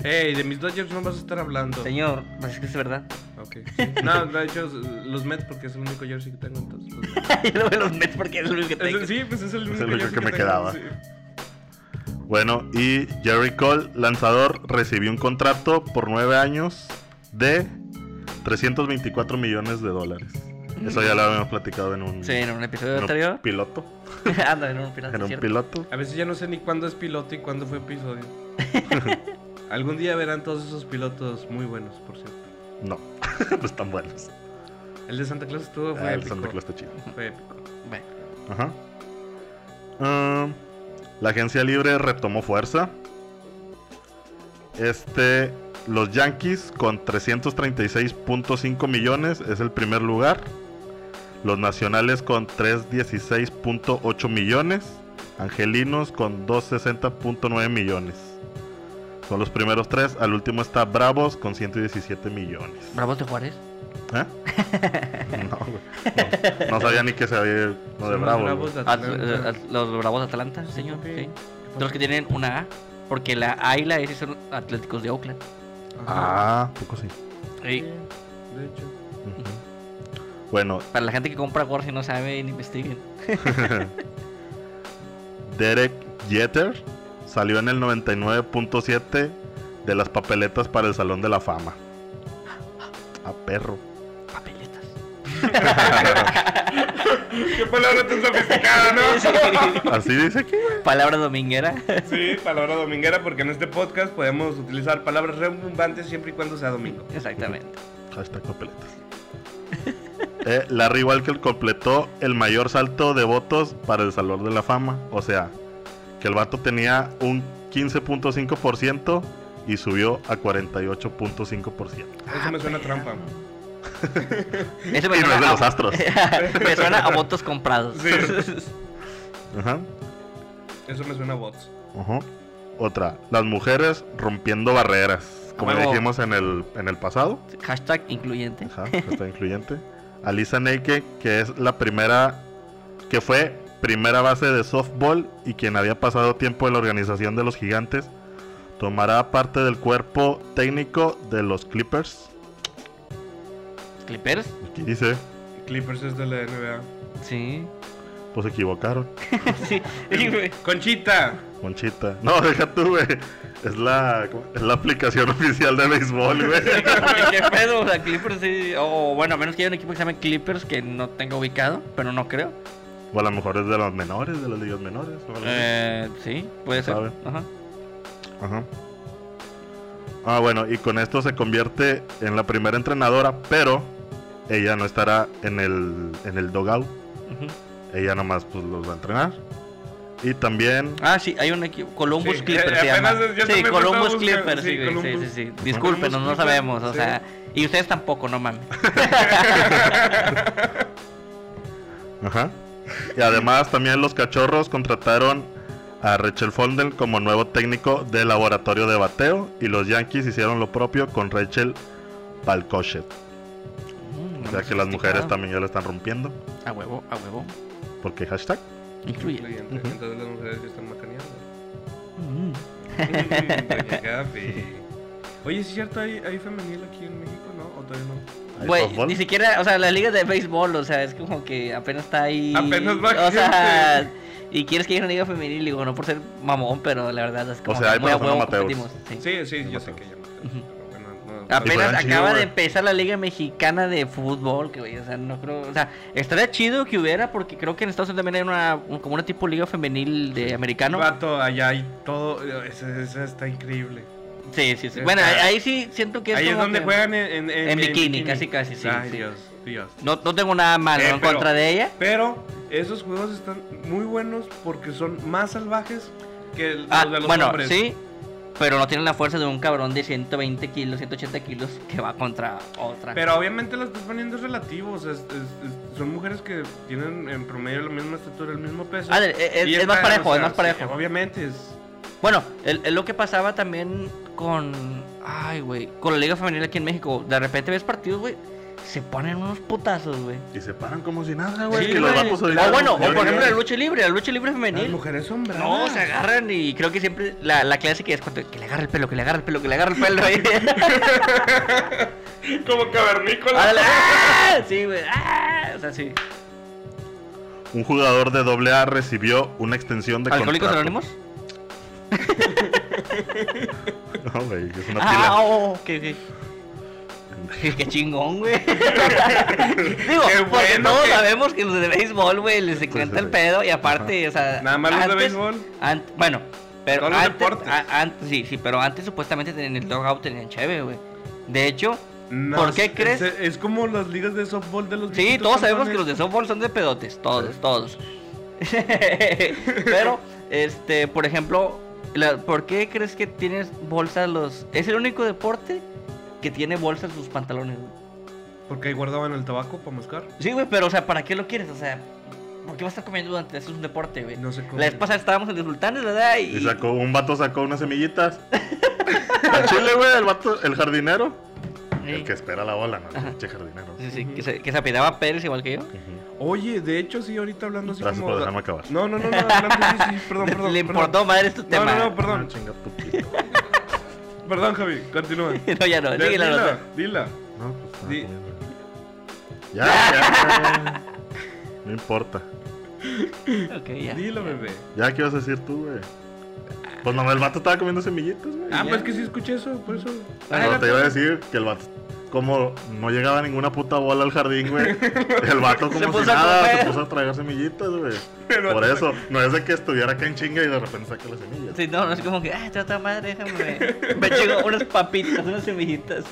S4: Ey, de mis Dodgers no vas a estar hablando.
S5: Señor, pues es que es verdad.
S4: Ok. sí. No, de hecho, los Mets porque es el único jersey que tengo entonces. pues, los Mets.
S5: Yo lo veo los Mets porque es lo único que
S4: Es
S5: tengo.
S4: el- sí, pues es el único,
S3: único
S4: jersey
S3: que me
S4: tengo,
S3: quedaba.
S4: sí.
S3: Bueno, y Jerry Cole, lanzador, recibió un contrato por nueve años de 324 millones de dólares. Eso ya lo habíamos platicado en un,
S5: Sí, en un
S3: en
S5: episodio
S3: un
S5: anterior.
S3: piloto.
S5: Anda, en un pirata,
S3: En un
S5: ¿cierto?
S3: piloto.
S4: A veces ya no sé ni cuándo es piloto y cuándo fue episodio. Algún día verán todos esos pilotos muy buenos, por cierto.
S3: No, no están buenos.
S4: El de Santa Claus estuvo fue
S3: Ah, el
S4: épico.
S3: Santa Claus está chido.
S4: Fue épico.
S5: Bueno,
S3: Ajá. Um, la agencia libre retomó fuerza. Este, los Yankees con 336.5 millones es el primer lugar. Los Nacionales con 316.8 millones. Angelinos con 260.9 millones. Son los primeros tres. Al último está Bravos con 117 millones.
S5: Bravos de Juárez.
S3: ¿Eh? No, güey, no, no sabía ni que se había lo
S4: Son
S3: de
S4: los
S3: Bravos. güey.
S4: bravos de
S5: At- eh,
S4: Atlanta.
S5: at- los Bravos de Atlanta, señor.
S4: Sí.
S5: Sí. De los que tienen una A. Porque la A y la S son Atléticos de Oakland.
S4: Ajá.
S3: Ah, poco sí.
S5: Sí.
S4: De hecho.
S3: Ujú. Bueno,
S5: Para la gente que compra Jorge no sabe ni investiguen.
S3: Derek Jeter salió en el 99.7 de las papeletas para el Salón de la Fama. A perro.
S5: Papeletas.
S4: Qué palabra tan sofisticada, ¿no?
S3: Así dice aquí. güey.
S5: Palabra dominguera.
S4: Sí, palabra dominguera, porque en este podcast podemos utilizar palabras redundantes siempre y cuando sea domingo.
S5: Exactamente.
S3: Hashtag papeletas. Eh, Larry Walker completó el mayor salto de votos para el Salón de la Fama. O sea, que el vato tenía un 15.5% y subió a 48.5%.
S4: Eso me suena trampa.
S5: Eso
S3: Y no es de
S5: a-
S3: los Astros.
S5: me suena a votos comprados.
S4: Sí.
S3: Ajá.
S4: Eso me suena a bots.
S3: Ujú. Otra, las mujeres rompiendo barreras. Como
S5: Huevo.
S3: dijimos en el, en el pasado.
S5: Hashtag incluyente.
S3: Ajá, está incluyente. Alisa Neike, que es la primera, que fue primera base de softball y quien había pasado tiempo en la organización de los gigantes, tomará parte del cuerpo técnico de los Clippers.
S5: Clippers.
S3: Aquí dice,
S4: Clippers es de la NBA.
S5: Sí.
S3: pues se equivocaron.
S5: sí. Y, güey,
S4: Conchita.
S3: Conchita. No, deja tú, güey. Es la, es la aplicación oficial de béisbol, güey.
S5: ¿Qué pedo? O sea, Clippers sí. O bueno, a menos que haya un equipo que se llame Clippers que no tenga ubicado, pero no creo.
S3: O a lo mejor es de los menores, de las ligas menores. o algo así.
S5: Eh, sí, puede ser.
S3: Sabe.
S5: Ajá.
S3: Ajá. Ah, bueno, y con esto se convierte en la primera entrenadora, pero ella no estará en el, en el dogout.
S5: Ujú.
S3: Ella nomás pues, los va a entrenar. Y también,
S5: Ah, sí, hay un equipo. Columbus
S4: Sí,
S5: Clippers
S4: eh,
S5: se llama.
S4: apenas yo
S5: Sí,
S4: también lo
S5: Columbus
S4: estaba buscando,
S5: Clippers, sí,
S4: sí,
S5: güey, sí,
S4: Columbus.
S5: sí, sí. Discúlpenos, no
S4: Clippers,
S5: sabemos, o
S4: sí.
S5: sea. Y ustedes tampoco, no mames.
S3: ajá. Y además también los cachorros contrataron a Rachel Fonden como nuevo técnico del laboratorio de bateo. Y los Yankees hicieron lo propio con Rachel Balcochet.
S5: Mm,
S3: O sea
S5: no
S3: que las mujeres
S5: sofisticado.
S3: también ya la están rompiendo.
S5: A huevo, a huevo.
S3: Porque hashtag.
S5: ah, Incluye.
S4: Incluyente.
S3: Ujú.
S4: Entonces las mujeres ya están macaneando.
S5: Mm.
S4: Mm, doña Gaby. Oye, ¿sí ¿es cierto? ¿Hay, ¿Hay femenil aquí en México? ¿No? ¿O todavía no?
S3: ¿Hay
S5: Güey,
S3: softball?
S5: ni siquiera, o sea, la liga de béisbol, o sea, es como que apenas está ahí.
S4: Apenas va
S5: O sea, y quieres que haya una liga femenil, digo, no por ser mamón, pero la verdad es como
S3: sea,
S5: que
S3: hay,
S5: muy a
S3: pero son
S5: huevo
S3: amateurs.
S5: competimos, sí.
S4: Sí, sí, yo sé
S3: Ujú.
S4: que ya no. pero bueno, no-
S3: Ah, pero
S5: Apenas
S3: era chido,
S5: acaba de
S3: güey.
S5: empezar la Liga Mexicana de Fútbol, que, güey, o sea, no creo, o sea, estaría chido que hubiera porque creo que en Estados Unidos también hay una un- como una tipo liga femenil de americano.
S4: Vato, allá hay todo. Ese, ese está increíble.
S5: Sí, sí, sí.
S4: Está-
S5: Bueno, ahí, ahí sí siento que es
S4: Ahí es
S5: como
S4: donde
S5: que-
S4: juegan en, en, en-
S5: en bikini, casi, casi, sí,
S4: Ay,
S5: sí.
S4: Dios, Dios.
S5: No, no tengo nada malo
S4: Eh,
S5: en
S4: pero-
S5: contra de ella.
S4: Pero esos juegos están muy buenos porque son más salvajes que el- los
S5: Ah,
S4: de los
S5: bueno,
S4: hombres.
S5: sí, pero no tienen la fuerza de un cabrón de 120 kilos, 180 kilos que va contra otra.
S4: Pero obviamente lo estás poniendo es relativo. o sea, es- es- es- son mujeres que tienen en promedio la misma estatura, el mismo peso.
S5: Ah, de- es-
S4: Y
S5: es más
S4: esta,
S5: parejo,
S4: o
S5: es más
S4: sí,
S5: parejo.
S4: obviamente es.
S5: Bueno, el- el lo que pasaba también con. Ay, güey. Con la Liga Femenil aquí en México. De repente ves partidos, güey. Se ponen unos putazos, güey.
S3: Y se paran como si nada, güey.
S5: Sí,
S3: que los
S5: güey.
S3: vatos ahorita-
S5: O bueno, o
S3: Yo-
S5: por ejemplo la lucha libre, la lucha libre
S4: Las
S5: femenil.
S4: mujeres son bravas.
S5: No, se agarran y creo que siempre la, la clásica es cuando que le agarra el pelo, que le agarra el pelo, que le agarra el pelo. güey.
S4: Como cavernícola.
S5: Ándale, ¡ah! Sí, güey. ¡ah! O sea, sí.
S3: Un jugador de AA recibió una extensión de
S5: ¿Alcohólicos
S3: contrato.
S5: anónimos?
S3: No, güey, es una pila.
S5: Ah, oh, oh, que, que- que chingón, güey.
S4: Qué
S5: Digo,
S4: Pues,
S5: porque
S4: bueno
S5: todos
S4: que-
S5: sabemos que los de béisbol, güey, les encanta
S3: sí,
S5: el
S3: sí.
S5: pedo y aparte, o sea,
S4: Nada más los de
S5: antes-
S4: béisbol.
S5: an- bueno, pero
S4: Todos los
S5: antes,
S4: deportes.
S5: a- antes- sí, sí, pero antes supuestamente en el dogout tenían chévere, güey. De hecho,
S4: No,
S5: ¿por qué
S4: es-
S5: crees?
S4: Es, como las ligas de softball de los
S5: Sí,
S4: distintos
S5: todos sabemos que los
S4: cantones.
S5: de softball son de pedotes, todos, todos. Pero, este, por ejemplo, la- ¿por qué crees que tienes bolsas los... Es el único deporte que tiene bolsas sus pantalones, güey.
S4: Porque ahí guardaban el tabaco para mascar.
S5: Sí, güey, pero, o sea, ¿para qué lo quieres? O sea, ¿por qué vas a estar comiendo durante eso? Es un deporte, güey.
S4: No sé cómo.
S5: La vez pasada estábamos en los sultanes, ¿verdad? Y...
S3: Y sacó, un vato sacó unas semillitas. Al chile, güey, el vato, el jardinero.
S5: Sí.
S3: El que espera la bola, no, el pinche jardinero.
S5: Sí, sí, que se, que se apellidaba Pérez igual que yo.
S3: Ujú.
S4: Oye, de hecho, sí, ahorita hablando así
S3: Gracias
S4: como.
S3: por dejarme acabar.
S4: No, no, no, no, adelante, sí, sí, perdón,
S5: Le-
S4: perdón.
S5: Le
S4: perdón.
S5: importó madre este
S4: No,
S5: tema.
S4: no, no, perdón.
S3: Ah, chinga tu pito.
S4: Perdón, Javi, continúa.
S5: No, ya no, sigue la nota.
S4: Dila, dila.
S3: No, pues estaba
S4: Di-
S3: comiendo. Ya, ya. No importa.
S5: Ok, ya.
S4: Dilo, bebé.
S3: Ya, ¿qué vas a decir tú, güey? Pues no, el vato estaba comiendo semillitas, güey.
S4: Ah,
S5: Ya.
S4: pues es que sí escuché eso, por eso.
S3: Ah, No, te iba a decir que el vato, como no llegaba ninguna puta bola al jardín, güey. El vato,
S5: Se
S3: como
S5: puso
S3: si
S5: a
S3: nada,
S5: comer.
S3: se puso a tragar semillitas, güey.
S4: Pero-
S3: Por eso, no es de que estuviera acá en chinga y de repente saque las semillas.
S5: Sí, no, no es como que, ah, trata madre, déjame. Me llegó unas papitas, unas semillitas.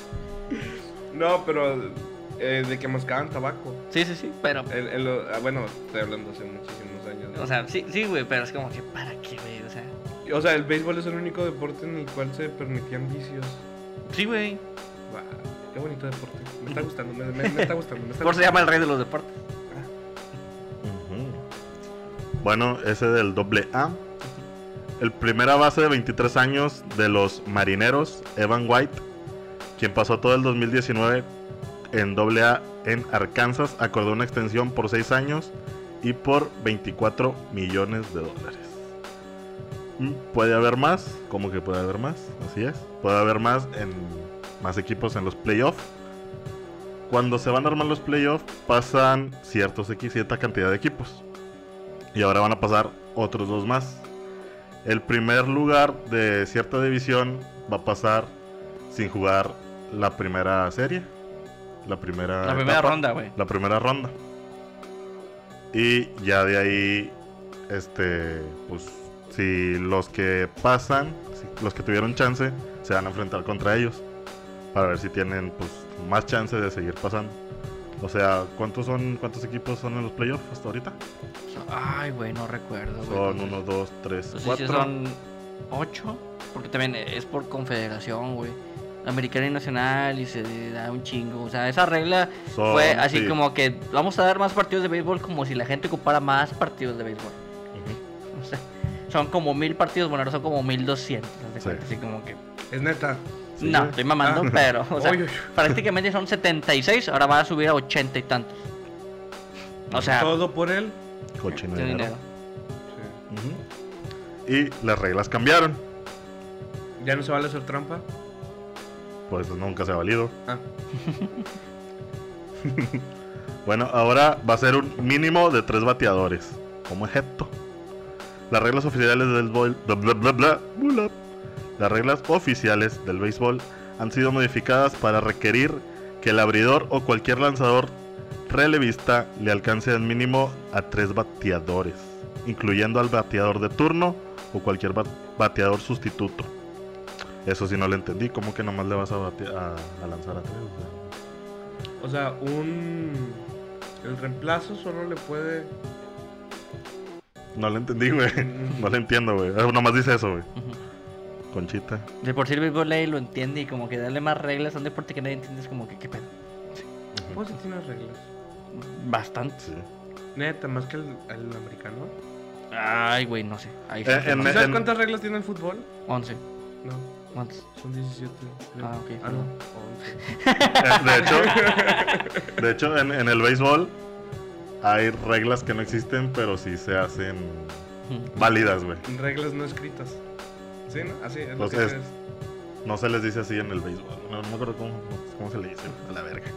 S4: No, pero. eh, de que mascaban tabaco.
S5: Sí, sí, sí, pero.
S4: El- el- ah, bueno, estoy hablando hace muchísimos años. ¿no?
S5: O sea, sí, sí, güey, pero es como que, ¿para qué, güey? O sea,
S4: O sea, el béisbol es el único deporte en el cual se permitían vicios.
S5: sí, güey.
S4: Guau, qué bonito deporte. Me está gustando, me, me- me está gustando. Me está
S5: Por eso se llama el rey de los deportes.
S3: Ujú. Bueno, ese del doble A. El primera base de 23 años de los marineros, Evan White, quien pasó todo el 2019 en doble A en Arkansas, acordó una extensión por 6 años y por 24 millones de dólares. Mm, Puede haber más, como que puede haber más, así es. Puede haber más en más equipos en los playoffs. Cuando se van a armar los playoffs, pasan ciertos X, cierta cantidad de equipos. Y ahora van a pasar otros dos más. El primer lugar de cierta división va a pasar sin jugar la primera serie. Ah, La primera,
S5: la primera
S3: etapa
S5: ronda, güey.
S3: la primera ronda. Y ya de ahí, este, pues, si los que pasan, si los que tuvieron chance, se van a enfrentar contra ellos. Para ver si tienen, pues, más chance de seguir pasando. O sea, ¿cuántos son, cuántos equipos son en los playoffs hasta ahorita?
S5: Ay, güey, no recuerdo, güey.
S3: Son
S5: Entonces-
S3: 1, 2, 3,
S5: Entonces, Pues sí
S3: 4.
S5: son ocho, porque también es por confederación, güey. Americana y nacional, y se da un chingo. O sea, esa regla fue
S3: Oh,
S5: así como que vamos a dar más partidos de béisbol como si la gente ocupara más partidos de béisbol. O sea, son como mil partidos, bueno, ahora son como mil doscientos.
S3: Sí.
S5: Así como que.
S4: Es neta.
S3: Sí,
S5: no,
S3: güey.
S5: estoy mamando,
S4: Ah.
S5: pero. o sea,
S4: Oy, oy.
S5: prácticamente son 76, ahora va a subir a 80 y tantos. O sea,
S4: Todo por él.
S3: Cochino
S5: tiene
S3: dinero.
S5: dinero.
S4: Sí.
S3: Ujú. Y las reglas cambiaron.
S4: Ya no se vale hacer trampa.
S3: Por eso nunca se ha valido.
S4: Ah.
S3: Bueno, ahora va a ser un mínimo de tres bateadores. ¿Cómo es esto? Las reglas oficiales del béisbol. bla, bla, bla, bla, bla. Las reglas oficiales del béisbol han sido modificadas para requerir que el abridor o cualquier lanzador relevista le alcance el mínimo a tres bateadores, incluyendo al bateador de turno o cualquier ba- bateador sustituto. Eso sí no lo entendí, ¿cómo que nomás le vas a, bate- a, a lanzar a tres? O sea,
S4: O sea, un. El reemplazo solo le puede.
S3: No lo entendí, güey. No lo entiendo, güey. Ah, Nomás dice eso, güey. Conchita.
S5: De por sí el béisbol nadie lo entiende y como que darle más reglas a un deporte que nadie entiende es como que qué pedo.
S4: Pues sí tiene reglas.
S5: Bastante.
S3: Sí.
S4: Neta, más que el, el americano.
S5: Ay, güey, no sé. Ahí
S3: Eh, en-
S5: en...
S4: ¿Sí ¿Sabes cuántas reglas tiene el fútbol?
S5: 11.
S4: No,
S5: ¿Cuántos?
S4: son 17. creo.
S5: Ah, ok,
S4: Ah, no. 11.
S5: perdón.
S3: Eh, De hecho, de hecho en, en el béisbol hay reglas que no existen, pero sí se hacen válidas, güey.
S4: Reglas no escritas. ¿Sí, no? Así es lo
S3: Pues
S4: que
S3: es-
S4: es.
S3: No se les dice así en el béisbol. No, no me acuerdo cómo, cómo se le dice, güey. a la verga.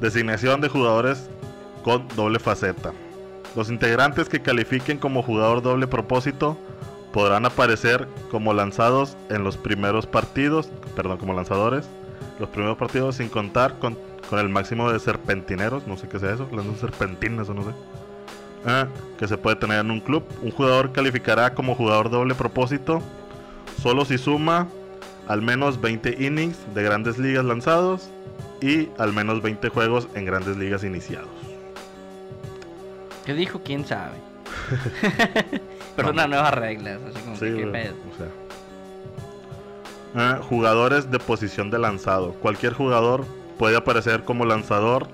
S3: Designación de jugadores con doble faceta. Los integrantes que califiquen como jugador doble propósito podrán aparecer como lanzados en los primeros partidos, perdón, como lanzadores, los primeros partidos sin contar con, con el máximo de serpentineros, no sé qué sea eso, lanzan serpentinas o no sé, ah, que se puede tener en un club. Un jugador calificará como jugador doble propósito solo si suma al menos 20 innings de grandes ligas lanzados y al menos 20 juegos en grandes ligas iniciados.
S5: ¿Qué dijo? ¿Quién sabe? Pero son las nuevas reglas, así como
S3: Sí,
S5: que qué
S3: güey,
S5: pedo.
S3: o sea. Ah, jugadores de posición de lanzado. Cualquier jugador puede aparecer como lanzador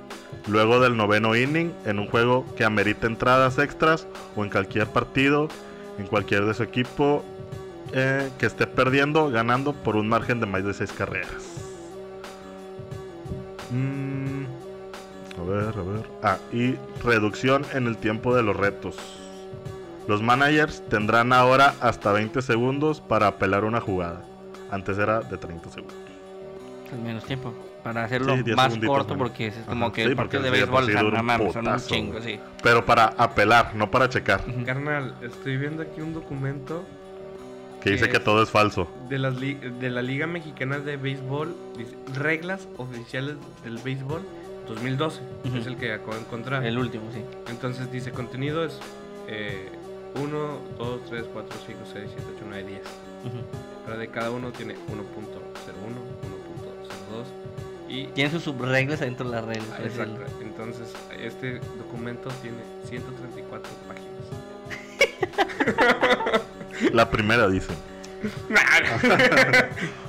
S3: luego del noveno inning en un juego que amerite entradas extras o en cualquier partido, en cualquier de su equipo eh, que esté perdiendo, ganando por un margen de más de 6 carreras. Mm, a ver, a ver. Ah, y reducción en el tiempo de los retos. Los managers tendrán ahora hasta 20 segundos para apelar una jugada. Antes era de 30 segundos.
S5: Al menos tiempo. Para hacerlo
S3: Sí, diez
S5: más
S3: segunditos
S5: corto,
S3: menos.
S5: porque es
S3: Ajá,
S5: como que
S3: sí,
S5: el
S3: porque
S5: partido de
S3: sí, de por
S5: béisbol
S3: sí
S5: son,
S3: dura
S5: no
S3: un
S5: mames, son un
S3: putazo,
S5: chingo,
S3: güey.
S5: sí.
S3: Pero para apelar, no para checar.
S4: Carnal, estoy viendo aquí un documento
S3: Que dice
S4: ¿Qué
S3: que
S4: es?
S3: todo es falso.
S4: de, las li- de la Liga Mexicana de Béisbol, dice, reglas oficiales del béisbol 2012,
S5: Ujú.
S4: es el que acabo de encontrar.
S5: El último, sí.
S4: Entonces dice, contenido es eh, 1, 2, 3, 4, 5, 6, 7, 8, 9, 10.
S5: Ujú.
S4: Pero de cada uno tiene 1.01, 1.02 y...
S5: Tienen sus subreglas adentro de las reglas.
S4: Ah,
S5: es el-
S4: Exacto. Entonces, este documento tiene 134 páginas.
S3: La primera dice.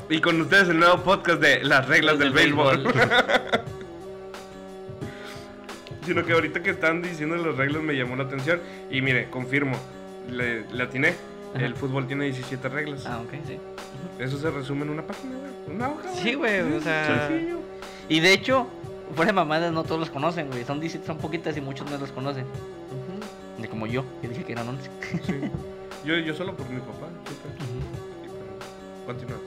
S4: y con ustedes el nuevo podcast de las reglas del, béisbol. Sino que ahorita que están diciendo las reglas me llamó la atención. Y mire, confirmo, le, le atiné.
S5: Ajá.
S4: El fútbol tiene 17 reglas.
S5: ah, ok, sí.
S4: Eso se resume en una página, güey. Una hoja.
S5: Sí, güey, o sea-
S4: Sencillo.
S5: Y de hecho, fuera de mamadas, no todos los conocen, güey. Son 17, son poquitas y muchos no los conocen. De como yo, que dije que eran 11.
S4: Sí. Yo, yo solo por mi papá. súper. Sí, pero- Continúa.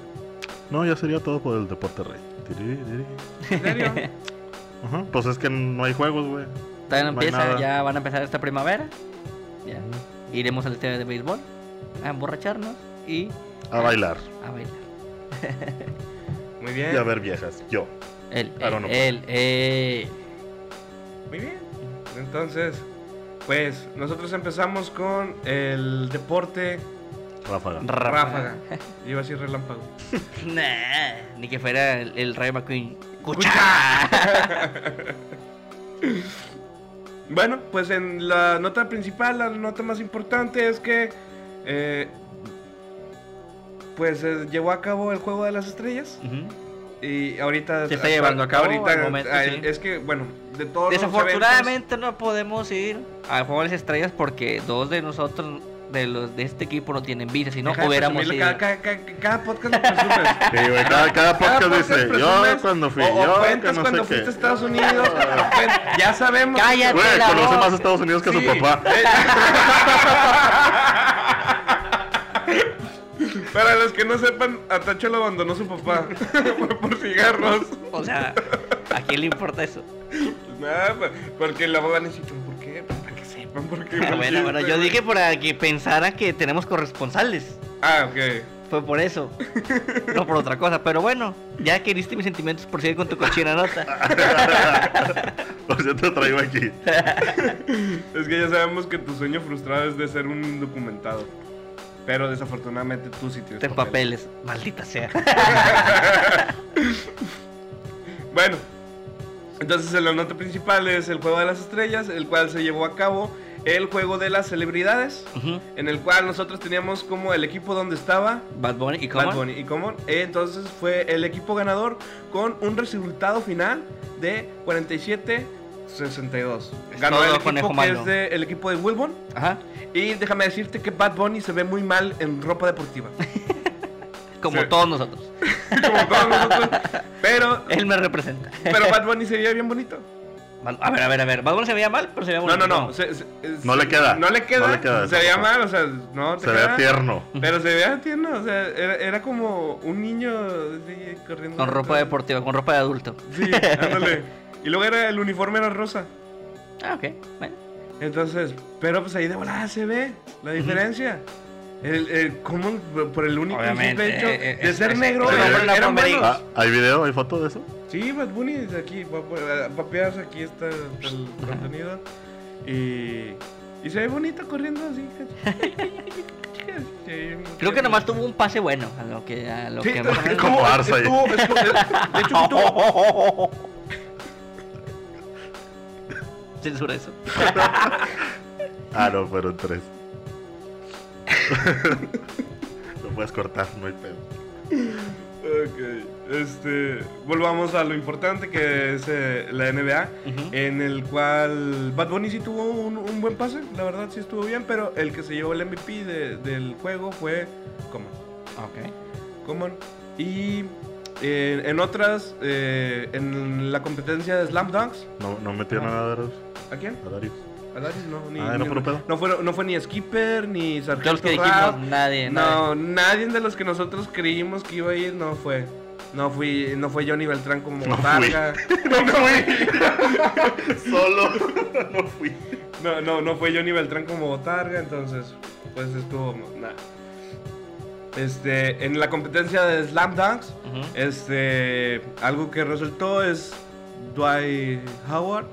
S3: No, ya sería todo por el deporte rey. Tiri, tiri.
S4: ¿En serio?
S3: Ajá, Pues es que no hay juegos, güey.
S5: Todavía no
S3: No hay
S5: empieza,
S3: nada.
S5: ya van a empezar esta primavera. Ya. Iremos al estadio de béisbol, a emborracharnos y
S3: A bailar
S5: a bailar.
S4: Muy
S3: y
S4: bien.
S3: a ver viejas. Yo.
S5: El,
S3: I don't know.
S5: el, eh, el.
S4: Muy bien. Entonces, pues nosotros empezamos con el deporte
S3: Ráfaga.
S4: ráfaga. Yo Iba a decir relámpago.
S5: Nah, ni que fuera el, el Ray McQueen. ¡Cucha!
S4: Bueno, pues en la nota principal, la nota más importante es que eh, pues eh, llevó a cabo el juego de las estrellas
S5: Ujú.
S4: y ahorita
S5: Se está llevando a cabo al momento,
S4: ah,
S5: sí.
S4: es que bueno, de todos los
S5: Desafortunadamente no podemos ir al Juego de las Estrellas porque dos de nosotros, de los de este equipo, no tienen visa. Si no,
S4: eventos- Deja de
S5: hubiéramos
S4: presumirlo,
S5: ido.
S4: cada, cada- cada- cada podcast lo presumes.
S3: Sí, güey, cada, cada
S4: Cada
S3: podcast dice,
S4: presumes,
S3: yo cuando fui,
S4: o- o
S3: yo que
S4: cuentas
S3: no
S4: cuando
S3: sé
S4: fuiste
S3: qué.
S4: a Estados Unidos. cuen- ya sabemos.
S5: Cállate.
S3: Güey,
S5: la
S3: conoce
S5: boca.
S3: más a Estados Unidos que a
S4: Sí.
S3: su papá.
S4: Eh. Para los que no sepan, a Tacho lo abandonó su papá. Fue por cigarros.
S5: O sea, ¿a quién le importa eso?
S4: Nada, pa- porque la van a decir, "¿Pero ¿por qué? Pues Para que sepan, porque.
S5: Ah, bueno, bueno, yo dije para que pensara que tenemos corresponsales.
S4: Ah, ok.
S5: Fue por eso. No por otra cosa. Pero bueno, ya que heriste mis sentimientos por seguir con tu cochina nota.
S3: Por cierto, traigo aquí.
S4: Es que ya sabemos que tu sueño frustrado es de ser un documentado. Pero desafortunadamente tú sí tienes.
S5: Ten papeles. Maldita sea.
S4: Bueno, entonces la nota principal es el juego de las estrellas, el cual se llevó a cabo el juego de las celebridades,
S5: Ujú.
S4: en el cual nosotros teníamos como el equipo donde estaba.
S5: Bad Bunny y
S4: Bad
S5: Common.
S4: Bunny y Common. Eh, Entonces fue el equipo ganador con un resultado final de 47-62.
S5: Es
S4: Ganó
S5: todo,
S4: el
S5: conejo
S4: equipo que
S5: malo.
S4: es de- el equipo de Wilbon.
S5: Ajá.
S4: Y déjame decirte que Bad Bunny se ve muy mal en ropa deportiva.
S5: Como
S4: Sí.
S5: todos nosotros.
S4: como todos nosotros. Pero,
S5: Él me representa.
S4: pero Bad Bunny se veía bien bonito.
S5: Bad- A ver, a ver, a ver. Bad Bunny se veía mal, pero se veía
S4: No,
S5: bonito.
S4: no, no. se- se-
S3: No le queda.
S4: No le queda.
S3: No le queda,
S4: se veía
S3: tampoco.
S4: mal, o sea, no te
S3: Se ve
S4: queda.
S3: tierno.
S4: Pero se veía tierno, o sea, era, era como un niño así, corriendo.
S5: Con ropa deportiva, con ropa de adulto.
S4: Sí, ándale. Y luego era el uniforme era rosa.
S5: Ah, ok. Bueno.
S4: Entonces, pero pues ahí de volada se ve la diferencia. El, el- ¿Cómo? Por el único y
S5: Obviamente,
S4: simple hecho
S5: eh, eh,
S4: de
S5: es-
S4: ser
S5: es-
S4: negro,
S3: pero
S4: eran-
S3: no
S5: fue
S4: eran
S5: América.
S4: buenos.
S3: Ah, ¿Hay video? ¿Hay foto de eso?
S4: Sí, Bad Bunny es aquí, papeas, aquí está el el contenido. Y, y se ve bonito corriendo así.
S5: Creo que nomás tuvo un pase bueno. A lo que. A lo
S4: Sí,
S5: que
S4: estuvo-
S3: como Barça ahí.
S4: estuvo- estuvo- de hecho, sí tuvo-
S5: Censura eso.
S3: Ah, no, fueron tres. Lo puedes cortar, no hay pedo.
S4: Ok, este, volvamos a lo importante que es eh, la NBA,
S5: Ujú.
S4: en el cual Bad Bunny sí tuvo un, un buen pase, la verdad sí estuvo bien, pero el que se llevó el MVP de- del juego fue Common.
S5: Ok.
S4: Common. Y eh, en otras, eh, en la competencia de Slam Dunks,
S3: No, no metieron a Darius.
S4: ¿a quién?
S3: A Darius.
S4: A Darius, no, ni,
S3: Ah, ¿no
S4: ni-
S3: fue un pedo?
S4: no fue, no fue ni Skipper, ni
S5: De los
S4: Sargento
S5: que dijimos,
S4: Rap,
S5: nadie. nadie.
S4: No, nadie de los que nosotros creímos que iba a ir no fue. No fui, no fue Johnny Beltrán como
S3: No fui.
S4: Varga.
S3: No fui. Solo. No fui.
S4: No, no, no fue Johnny Beltrán como Botarga, entonces, pues estuvo, nada. Este, en la competencia de Slam Dunks,
S5: Ujú.
S4: este, algo que resultó es Dwight Howard,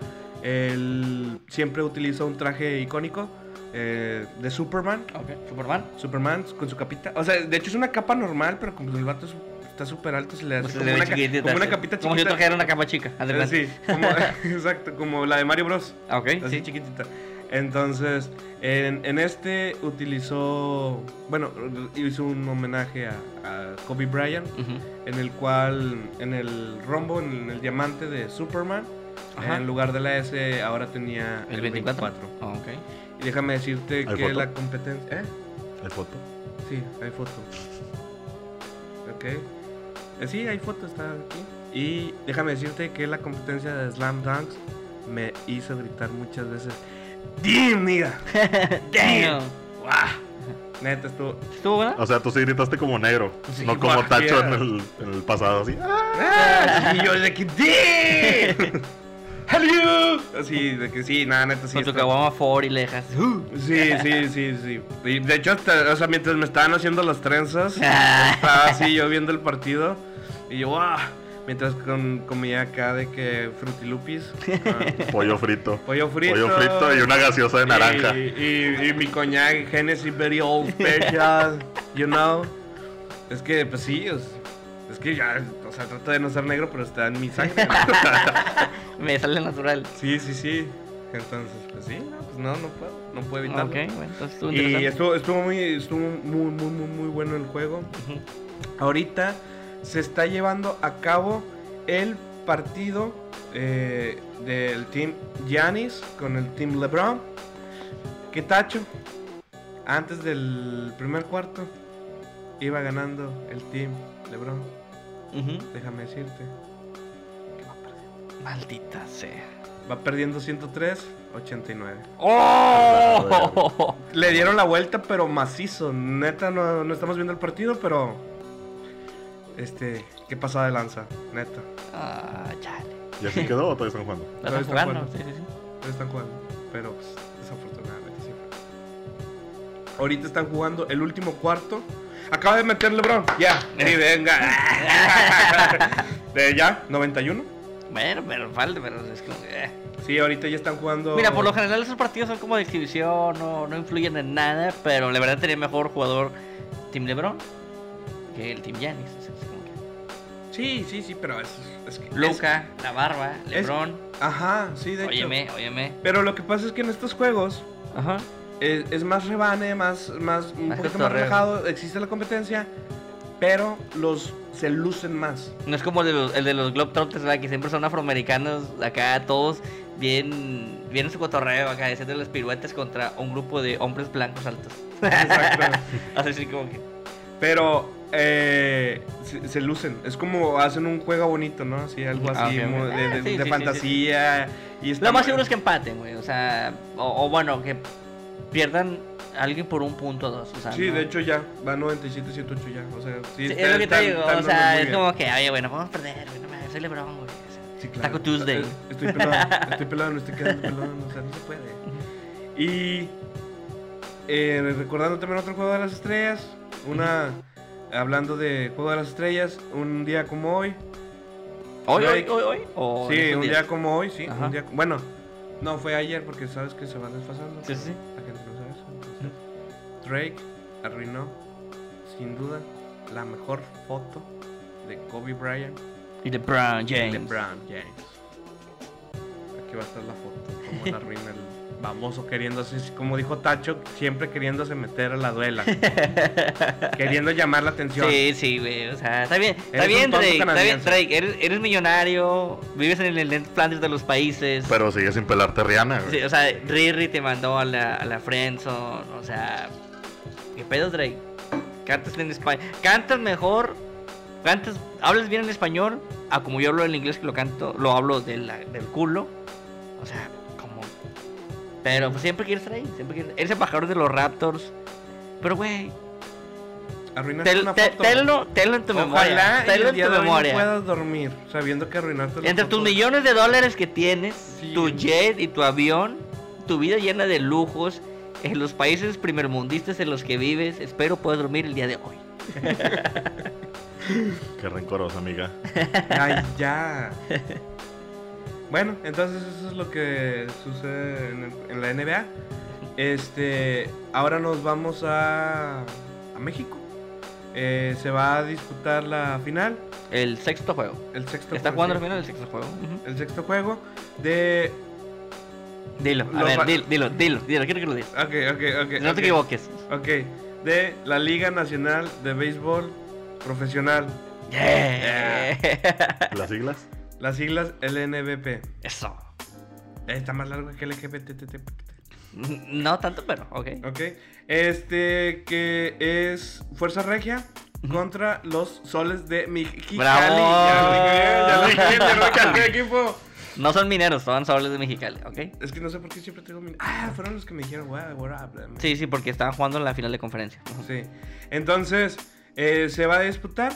S4: él siempre utiliza un traje icónico eh, de Superman,
S5: Ok. Superman.
S4: Superman con su capita, o sea, de hecho es una capa normal, pero como el vato es- está súper alto, se le hace
S5: Pues
S4: como,
S5: le ve
S4: una, ca-
S5: chiquitita,
S4: como una
S5: sí.
S4: capita chiquita.
S5: Como si yo trajera una capa chica. haz de
S4: Eh,
S5: cuenta.
S4: sí, como- exacto, como la de Mario Bros.
S5: Ah, Ok,
S4: Así
S5: sí.
S4: chiquitita. Entonces, en, en este utilizó, bueno, hizo un homenaje a, a Kobe Bryant,
S5: Ujú.
S4: en el cual, en el rombo, en el diamante de Superman,
S5: Ajá.
S4: en lugar de la S, ahora tenía
S5: El 24. Ah, ok.
S4: Y déjame decirte
S3: ¿Hay
S4: que
S3: foto?
S4: la competencia... ¿Eh?
S3: ¿Hay foto?
S4: Sí, hay foto. Ok. Eh, Sí, hay foto, está aquí. Y déjame decirte que la competencia de Slam Dunks me hizo gritar muchas veces. ¡Damn, nigga!
S5: Damn.
S4: Neta, estuvo.
S5: ¿Estuvo buena?
S3: O sea, tú sí gritaste como negro.
S5: Sí,
S3: no como
S4: cualquiera.
S3: tacho en el, en el pasado, así. ¡Ah!
S4: ¡Ah! Y yo de que ¡Damn! ¡Hello! Así, de que sí, nada, neta, sí.
S5: Con tu
S4: está-
S5: caguama for y le dejas. "Uh".
S4: Sí, sí, sí, sí. Y de hecho, hasta, o sea, mientras me estaban haciendo las trenzas,
S5: Ah.
S4: estaba así yo viendo el partido. Y yo, ¡ah! Mientras con, comía acá de que frutilupis. ah,
S3: Pollo frito.
S4: pollo frito.
S3: Pollo frito y una gaseosa de naranja.
S4: Y, y- y mi coñac Genesis Very Old Special, you know. Es que, pues sí, es, es que ya, o sea, trato de no ser negro, pero está en mi sangre.
S5: Me sale natural.
S4: sí, sí, sí. Entonces, pues sí, no, pues no, no puedo, no puedo evitarlo.
S5: Ok, bueno, entonces estuvo
S4: Y
S5: interesante.
S4: estuvo, estuvo muy, estuvo muy, muy, muy, muy bueno el juego.
S5: Ujú.
S4: Ahorita se está llevando a cabo el partido eh, del team Giannis con el team LeBron. Que Tacho, antes del primer cuarto, iba ganando el team LeBron.
S5: Ujú.
S4: Déjame decirte.
S5: Maldita sea.
S4: Va perdiendo 103, 89.
S5: ¡Oh!
S4: Le dieron la vuelta, pero macizo. Neta, no, no estamos viendo el partido, pero. Este, qué pasada de lanza, neta.
S5: Ah, chale.
S3: ¿Y así quedó o todavía están jugando?
S5: ¿La
S4: Todavía
S5: están
S4: están
S5: jugando?
S4: jugando.
S5: Sí, sí, sí.
S4: No están jugando, pero pues, desafortunadamente sí. Ahorita están jugando el último cuarto. Acaba de meter LeBron. Ya,
S5: Eh.
S4: y venga. de ya, 91.
S5: Bueno, pero falta, pero es como que, eh.
S4: Sí, ahorita ya están jugando.
S5: Mira, por lo general esos partidos son como de exhibición, no, no influyen en nada, pero la verdad tenía mejor jugador Team LeBron que el Team Giannis. o sea, es como que-
S4: Sí, sí, sí, pero es, es que.
S5: Luca, la barba,
S4: es-
S5: LeBron,
S4: Ajá, sí, de hecho.
S5: óyeme, óyeme.
S4: Pero lo que pasa es que en estos juegos
S5: Ajá.
S4: es, es más rebane, más, más un
S5: Más
S4: poquito más
S5: cotorreo.
S4: relajado, existe la competencia, pero los se lucen más.
S5: No es como el de los, el de los Globetrotters, ¿verdad? que siempre son afroamericanos, acá todos bien, bien en su cotorreo, acá haciendo las piruetas contra un grupo de hombres blancos altos.
S4: Exacto.
S5: Así como que...
S4: Pero eh, se, se lucen. Es como hacen un juego bonito, ¿no? Así, algo
S5: Ah,
S4: así
S5: ok, ok.
S4: mu- de, de-
S5: Ah, sí,
S4: de
S5: sí, sí,
S4: fantasía. Y está
S5: Lo más
S4: mal.
S5: seguro es que empaten, güey. O sea, o, o bueno, que pierdan a alguien por un punto o dos. O sea,
S4: Sí,
S5: Ah, no-
S4: de hecho ya, va 97-108 ya. O sea, sí,
S5: Sí,
S4: está-
S5: es lo que
S4: están-
S5: te digo.
S4: están
S5: O
S4: dando
S5: sea,
S4: muy
S5: es
S4: bien.
S5: como que, oye, bueno, vamos a perder, güey. No mames, soy LeBron, güey. o sea,
S4: Sí, claro.
S5: Taco Tuesday.
S4: Eh, Estoy pelado, estoy pelado, no estoy quedando pelado, o sea, no se puede. Y eh, recordando también otro juego de las estrellas, una hablando de juego de las estrellas, un día como hoy.
S5: Hoy, hoy,
S4: Drake-
S5: hoy, hoy. o en
S4: Sí,
S5: estos
S4: un
S5: días.
S4: día como hoy, sí,
S5: Oh, Ajá.
S4: un día. Bueno, no fue ayer porque sabes que se van desfasando.
S5: Sí, sí, sí.
S4: La gente no sabe eso. entonces, Drake arruinó sin duda la mejor foto de Kobe Bryant
S5: Y LeBron James.
S4: LeBron James. Aquí va a estar la foto. Como la ruina el baboso queriéndose, como dijo Tacho, siempre queriéndose meter a la duela. queriendo llamar la atención.
S5: Sí, sí, güey. O sea, está bien,
S4: Eres
S5: está
S4: un
S5: bien,
S4: tonto
S5: Drake. Está bien,
S4: canadiense.
S5: Drake. Eres, eres millonario. Vives en el net Flanders de los países.
S3: Pero sigue sin pelarte Rihanna, güey.
S5: Sí, o sea, Riri te mandó a la, a la friendzone, o sea, ¿qué pedo, Drake? Cantas en español, cantas mejor, cantas, hablas bien en español, a como yo hablo en inglés que lo canto, lo hablo de la- del culo, o sea, como, pero pues, siempre quieres estar ahí, siempre quieres, eres embajador de los Raptors, pero güey,
S4: Arruinaste
S5: tel-
S4: una
S5: te-
S4: foto.
S5: tenlo, tenlo en tu memoria,
S4: Ojalá y
S5: tenlo
S4: el
S5: en
S4: día
S5: tu
S4: de hoy no
S5: memoria.
S4: puedas dormir sabiendo que arruinaste la
S5: Entre tus
S4: foto.
S5: millones de dólares que tienes,
S4: Sí.
S5: tu jet y tu avión, tu vida llena de lujos, en los países primermundistas en los que vives, espero puedas dormir el día de hoy.
S3: Qué rencorosa, amiga.
S4: Ay, ya. Bueno, entonces eso es lo que sucede en, el- en la NBA. Este, ahora nos vamos a, a México. Eh, se va a disputar la final,
S5: El sexto juego.
S4: el sexto
S5: ¿Está
S4: juego,
S5: jugando al
S4: sí,
S5: final el sexto juego? Ujú.
S4: el sexto juego de
S5: Dilo, a
S4: Lo
S5: ver,
S4: va-
S5: dilo, dilo, dilo, dilo, quiero que lo digas.
S4: Ok, ok, ok.
S5: No
S4: ok.
S5: te equivoques.
S4: Ok, de la Liga Nacional de Béisbol Profesional,
S5: Yeah.
S3: ¿Las siglas?
S4: las siglas LNBP.
S5: Eso.
S4: Eh, Está más largo que LGBTT.
S5: No tanto, pero, ok.
S4: Ok. Este que es Fuerza Regia contra los soles de Mexicali.
S5: ¡Bravo!
S4: Ya lo dije bien, ya lo dije bien, ya lo dije, equipo.
S5: No son mineros, son soles de Mexicali, ok.
S4: Es que no sé por qué siempre tengo mi... Ah, fueron los que me dijeron, "Wow, what up, man?"
S5: Sí, sí, porque estaban jugando en la final de conferencia. Ujú.
S4: Sí. Entonces, eh, se va a disputar.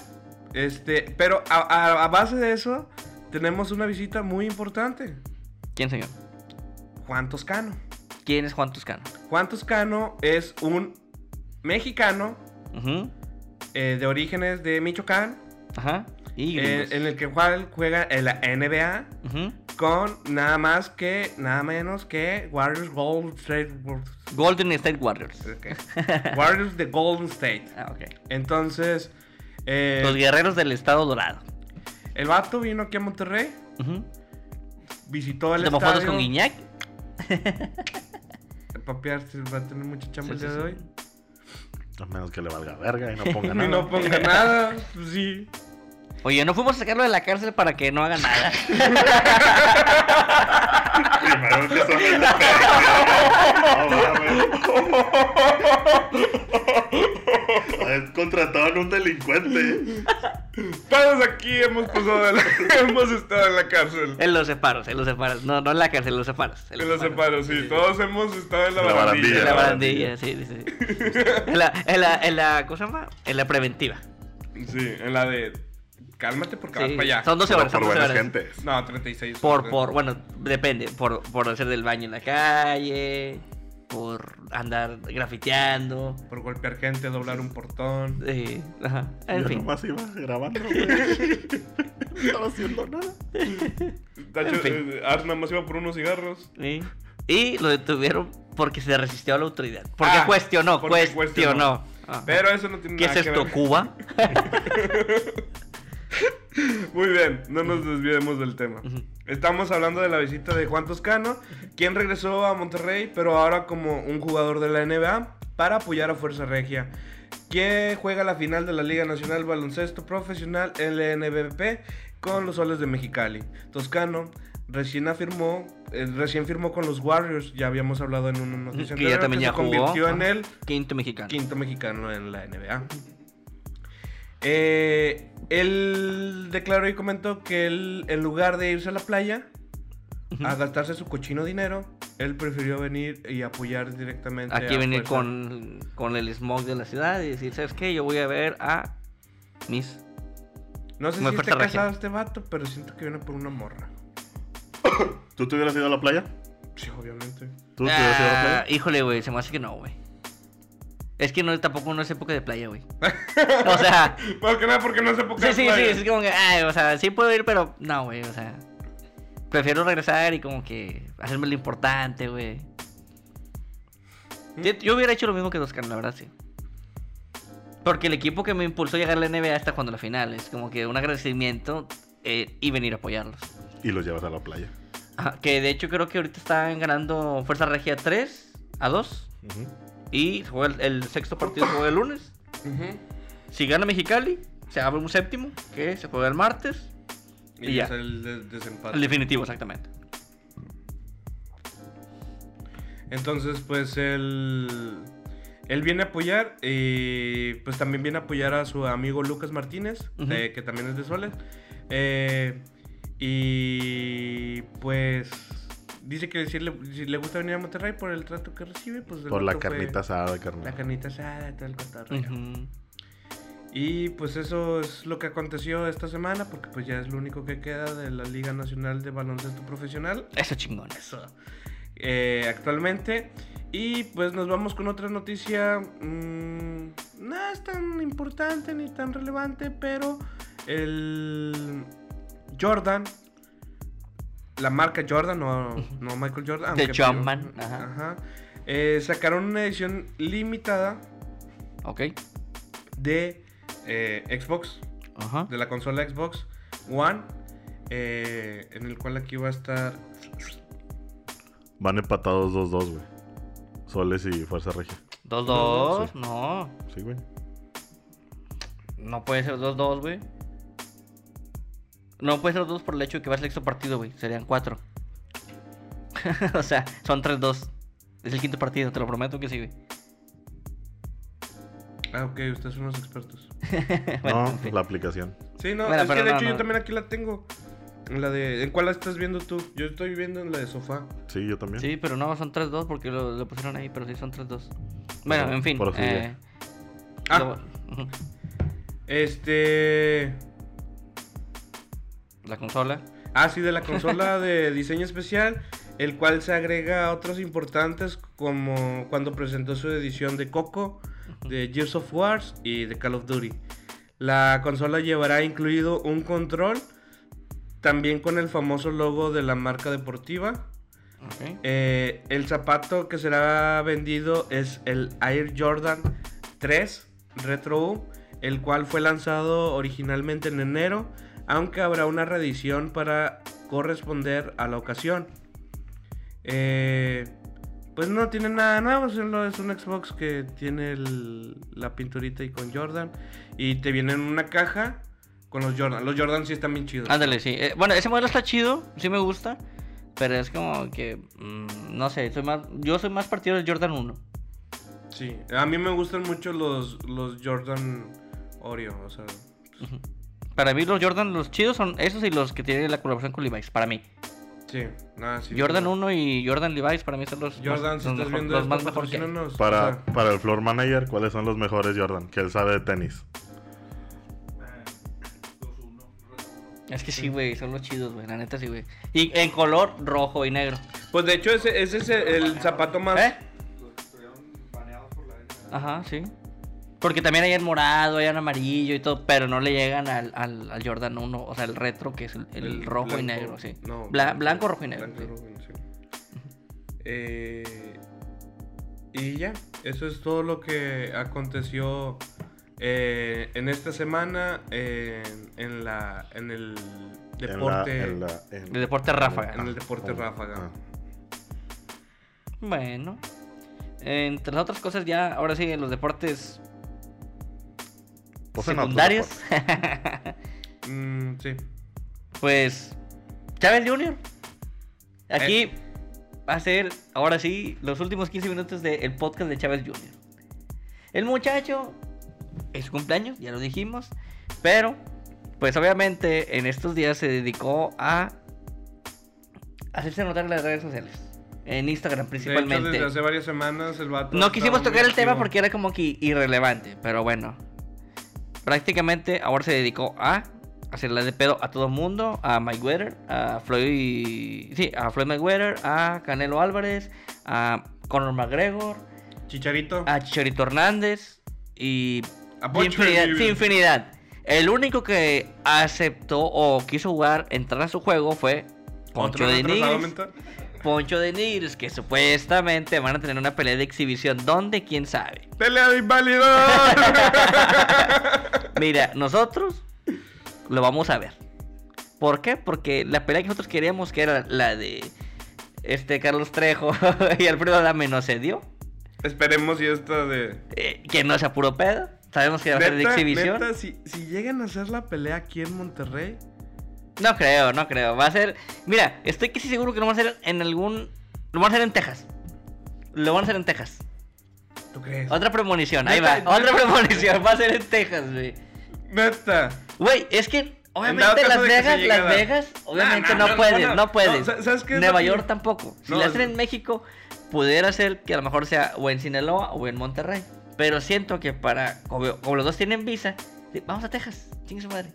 S4: Este, pero a, a- a base de eso, tenemos una visita muy importante.
S5: ¿Quién, señor?
S4: Juan Toscano.
S5: ¿Quién es Juan Toscano?
S4: Juan Toscano es un mexicano
S5: Ujú.
S4: eh, de orígenes de Michoacán.
S5: Ajá. Y
S4: eh,
S5: gringos.
S4: en el que Juan juega en la NBA.
S5: Ujú.
S4: con nada más que, nada menos que Warriors Golden State.
S5: Golden State Warriors.
S4: Ok. Warriors de Golden State.
S5: Ah, ok.
S4: Entonces, eh,
S5: Los guerreros del Estado Dorado.
S4: el vato vino aquí a Monterrey,
S5: Ujú.
S4: visitó el
S5: Tomó fotos
S4: estadio.
S5: con Guiñac.
S4: Papi Arce va a tener mucha chamba el
S5: Sí,
S4: día
S5: sí,
S4: de
S5: sí.
S4: hoy.
S3: A menos que le valga verga y no ponga
S4: Y
S3: nada.
S4: no ponga nada, pues sí.
S5: Oye, no fuimos a sacarlo de la cárcel para que no haga nada.
S3: Primero que son el No, mames. Contrataban un delincuente.
S4: Todos aquí hemos pasado de la- hemos estado en la cárcel.
S5: En los separos, en los separos. No, no en la cárcel, en los separos.
S4: En los separos, sí. Todos hemos estado en la,
S3: La
S4: barandilla.
S3: barandilla,
S5: En
S3: la
S5: la barandilla, sí, sí, sí. En la, en la, en la, ¿cómo se llama? En la preventiva.
S4: Sí, en la de. Cálmate porque vas
S5: Sí,
S4: para allá.
S5: Son 12
S3: Pero
S5: horas,
S3: por
S5: son 12
S3: buena
S5: horas.
S3: gente.
S4: No, 36.
S5: Por, por, bueno, depende. Por, por hacer del baño en la calle, por andar grafiteando.
S4: Por golpear gente, doblar un portón.
S5: eh, ajá, en
S3: Yo
S5: fin.
S3: nomás iba grabando. güey. No estaba haciendo nada.
S4: Tacho,
S5: En fin.
S4: eh, Ars nada más iba por unos cigarros.
S5: Sí. Y lo detuvieron porque se resistió a la autoridad. Porque
S4: Ah,
S5: cuestionó,
S4: porque
S5: cuestionó.
S4: cuestionó.
S5: Ajá.
S4: Pero eso no tiene
S5: ¿Qué es
S4: nada que
S5: esto,
S4: ver.
S5: Cuba?
S4: Muy bien, no nos desviemos del tema.
S5: Ujú.
S4: Estamos hablando de la visita de Juan Toscano, quien regresó a Monterrey, pero ahora como un jugador de la NBA para apoyar a Fuerza Regia, que juega la final de la Liga Nacional Baloncesto Profesional LNBP con los Soles de Mexicali. Toscano recién afirmó, eh, recién firmó con los Warriors, ya habíamos hablado en una noticia
S5: que ya
S4: anterior,
S5: también
S4: que
S5: ya
S4: se
S5: jugó.
S4: convirtió en
S5: ajá,
S4: el
S5: Quinto mexicano.
S4: quinto mexicano en la NBA. Eh, él declaró y comentó que él, en lugar de irse a la playa
S5: Ujú.
S4: a gastarse su cochino dinero, él prefirió venir y apoyar directamente.
S5: Aquí
S4: a
S5: venir
S4: Fuerza.
S5: con, con el smog de la ciudad y decir, ¿sabes qué? Yo voy a ver a mis...
S4: No sé
S5: Muy
S4: si
S5: fuerte
S4: está
S5: regia.
S4: casado este vato, pero siento que viene por una morra.
S3: ¿Tú te hubieras ido a la playa?
S4: Sí, obviamente.
S3: ¿Tú te hubieras ido a la
S5: Ah,
S3: playa?
S5: híjole, güey, se me hace que no, güey. Es que no, tampoco no es época de playa, güey. O sea,
S4: Más que nada porque no se
S5: sí, sí, sí, es como que, ay, o sea, sí puedo ir, pero no, güey, o sea. Prefiero regresar y como que hacerme lo importante, güey. Yo, yo hubiera hecho lo mismo que Oscar, la verdad, sí. Porque el equipo que me impulsó a llegar a la NBA está jugando la final. Es como que un agradecimiento eh, y venir a apoyarlos.
S3: Y los llevas a la playa.
S5: Ajá, que de hecho creo que ahorita están ganando Fuerza Regia 3 a 2.
S3: Ujú.
S5: Y se juega el, el sexto partido se juega el lunes. Si gana Mexicali, se abre un séptimo que se juega el martes.
S4: Y,
S5: Y ya.
S4: es el de- desempate.
S5: El definitivo, exactamente.
S4: Entonces, pues él, él viene a apoyar y pues también viene a apoyar a su amigo Lucas Martínez,
S5: Ujú.
S4: de- que también es de Soles. Eh, y pues dice que si le, si le gusta venir a Monterrey por el trato que recibe, pues... el
S3: Por la
S4: vato fue-
S3: carnita asada,
S4: La
S3: carnal.
S4: carnita asada, todo el cotorreo.
S5: Ujú.
S4: Y pues eso es lo que aconteció esta semana, porque pues ya es lo único que queda de la Liga Nacional de Baloncesto Profesional.
S5: Eso chingón.
S4: Eso. Eh, actualmente. Y pues nos vamos con otra noticia. mm, no es tan importante ni tan relevante, pero el Jordan. La marca Jordan, no, no Michael Jordan.
S5: The
S4: aunque, pues,
S5: Jumpman, ajá.
S4: ajá, eh, sacaron una edición limitada
S5: Ok.
S4: de eh, Xbox
S5: Ajá.
S4: de la consola Xbox One, eh, en el cual aquí va a estar
S3: Van empatados 2-2, güey. Soles y Fuerza Regia.
S5: 2-2.
S3: Sí.
S5: No.
S3: Sí, güey.
S5: No puede ser 2-2, güey. No puede ser 2 por el hecho de que va al sexto partido, güey. Serían 4. o sea, son 3-2. Es el quinto partido, te lo prometo que sí, güey.
S4: Ah, ok, ustedes son los expertos.
S3: no,
S5: Bueno,
S3: pues
S5: en fin.
S3: la aplicación.
S4: Sí, no,
S5: Bueno,
S4: es que
S5: pero
S4: de
S5: no,
S4: hecho
S5: no.
S4: yo también aquí la tengo. En la de. ¿En cuál la estás viendo tú? Yo estoy viendo en la de sofá.
S3: Sí, yo también.
S5: Sí, pero no, son 3-2 porque lo, lo pusieron ahí, pero sí son 3-2. Bueno,
S3: Pero-
S5: en fin.
S3: pero sí,
S5: eh,
S4: Ah.
S5: lo- ujú.
S4: Este.
S5: La consola.
S4: Ah, sí, de la consola de diseño especial, el cual se agrega a otros importantes como cuando presentó su edición de Coco, de Gears of War y de Call of Duty. La consola llevará incluido un control, también con el famoso logo de la marca deportiva.
S5: Ok.
S4: Eh, el zapato que será vendido es el Air Jordan 3 Retro U, el cual fue lanzado originalmente en enero, aunque habrá una reedición para corresponder a la ocasión. Eh, pues no tiene nada nuevo, solo es un Xbox que tiene el- la pinturita y con Jordan. Y te viene en una caja con los Jordan. Los Jordan sí están bien chidos.
S5: Ándale, sí. Eh, bueno, ese modelo está chido, sí me gusta. Pero es como que. mm, no sé, soy más, yo soy más partido del Jordan 1.
S4: Sí, a mí me gustan mucho los, los Jordan Oreo, o sea,
S5: Para mí los Jordan, los chidos son esos y los que tienen la colaboración con Levi's, para mí.
S4: sí, nada, sí.
S5: Jordan 1 y Jordan Levi's para mí son los,
S4: Jordan,
S5: más-
S4: si estás
S5: los mejor-
S4: viendo
S5: los
S4: esto,
S5: más mejor que hay.
S4: patrocínanos, o
S3: Para,
S4: sea,
S3: para el floor manager, ¿cuáles son los mejores Jordan? Que él sabe de tenis.
S5: Es que sí, güey, son los chidos, güey, la neta sí, güey. Y en color rojo y negro.
S4: Pues de hecho ese, ese es el, el zapato más...
S5: ¿Eh? Ajá, sí. Porque también hay en morado, hay en amarillo y todo, pero no le llegan al, al, al Jordan 1, o sea, el retro que es el, el rojo
S4: blanco-
S5: y negro, sí.
S4: No,
S5: Bla- blanco, rojo y negro.
S4: blanco,
S5: sí.
S4: rojo y negro, sí. Eh, y ya, eso es todo lo que aconteció eh, en esta semana eh, en, la, en el
S3: En la-
S4: deporte, en,
S3: en la- en-
S5: El deporte ráfaga.
S4: el deporte
S3: Ah.
S4: ráfaga.
S5: Bueno. Entre las otras cosas ya, ahora sí, en los deportes
S3: Pues en otros
S5: secundarios.
S3: deportes.
S4: Mm, sí.
S5: Pues Chávez Jr. Aquí
S4: Eh.
S5: va a ser, ahora sí, los últimos 15 minutos del podcast de Chávez Jr. El muchacho, es su cumpleaños, ya lo dijimos, pero pues obviamente en estos días se dedicó a hacerse notar en las redes sociales, en Instagram
S4: De hecho,
S5: principalmente.
S4: desde hace varias semanas el vato...
S5: No
S4: estaba
S5: quisimos
S4: muy
S5: tocar el tema
S4: activo.
S5: porque era como que irrelevante, pero bueno. Prácticamente ahora se dedicó a hacerle de pedo a todo el mundo, a Mayweather, a Floyd, sí, a Floyd Mayweather, a Canelo Álvarez, a Conor McGregor,
S4: Chicharito.
S5: a Chicharito Hernández y
S4: A
S5: sí,
S4: Butcher
S5: infinidad,
S4: Davis.
S5: sí, infinidad. El único que aceptó o quiso jugar, entrar a su juego fue Poncho
S4: Otro
S5: de
S4: retrasado
S5: Nigris.
S4: mental.
S5: Poncho de Nigris, que supuestamente van a tener una pelea de exhibición. ¿Dónde? ¿Quién sabe?
S4: ¡Pelea de inválidos!
S5: Mira, nosotros lo vamos a ver. ¿Por qué? Porque la pelea que nosotros queríamos, que era la de este Carlos Trejo y Alfredo Adame, no se dio.
S4: Esperemos y esta de...
S5: Eh, que no sea puro pedo. Sabemos que va a ser de
S4: Neta,
S5: exhibición.
S4: neta, si, si llegan a hacer la pelea aquí en Monterrey,
S5: No creo, no creo. Va a ser. Mira, estoy casi seguro que lo van a hacer en algún. Lo van a hacer en Texas. Lo van a hacer en Texas.
S4: ¿tú crees?
S5: Otra premonición, ahí va.
S4: Neta,
S5: Otra
S4: neta.
S5: premonición. Va a ser en Texas, güey.
S4: Neta.
S5: Güey, es que
S4: dado
S5: obviamente
S4: caso
S5: Las
S4: de que se
S5: Vegas,
S4: llegue a
S5: Las
S4: dar.
S5: Vegas, obviamente
S4: no,
S5: no,
S4: no,
S5: puedes,
S4: no,
S5: no,
S4: no.
S5: puedes.
S4: No, ¿sabes qué es
S5: Nueva
S4: lo que-
S5: York tampoco. Si
S4: No,
S5: la hacen
S4: es-
S5: en México, pudiera ser que a lo mejor sea o en Sinaloa o en Monterrey. Pero siento que para, como, como los dos tienen visa, sí, vamos a Texas, chingue su madre.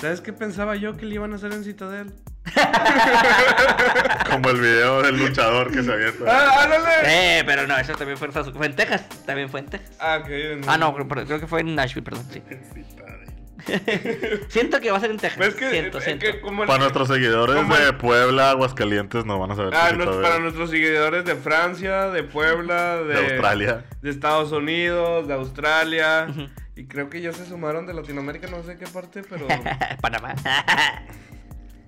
S4: ¿Sabes qué pensaba yo que le iban a hacer en Citadel?
S3: Como el video del luchador que se avienta.
S4: ¡Ah, ándale!
S5: Eh, pero no, eso también fue, en Estados- fue en Texas, también fue en Texas.
S4: Ah, ok,
S5: Ah, no, pero- pero creo que fue en Nashville, perdón, sí. siento que va a ser en Texas.
S4: Pues es que,
S5: siento,
S4: es
S5: siento.
S4: que como el-
S3: Para nuestros seguidores
S4: Como el-
S3: de Puebla, Aguascalientes, no van a saber.
S4: Ah,
S3: qué
S4: no-
S3: está
S4: para
S3: bien.
S4: nuestros seguidores de Francia, de Puebla, de,
S3: De Australia.
S4: de Estados Unidos, de Australia.
S5: Ujú.
S4: Y creo que ya se sumaron de Latinoamérica, no sé qué parte, pero.
S5: Panamá.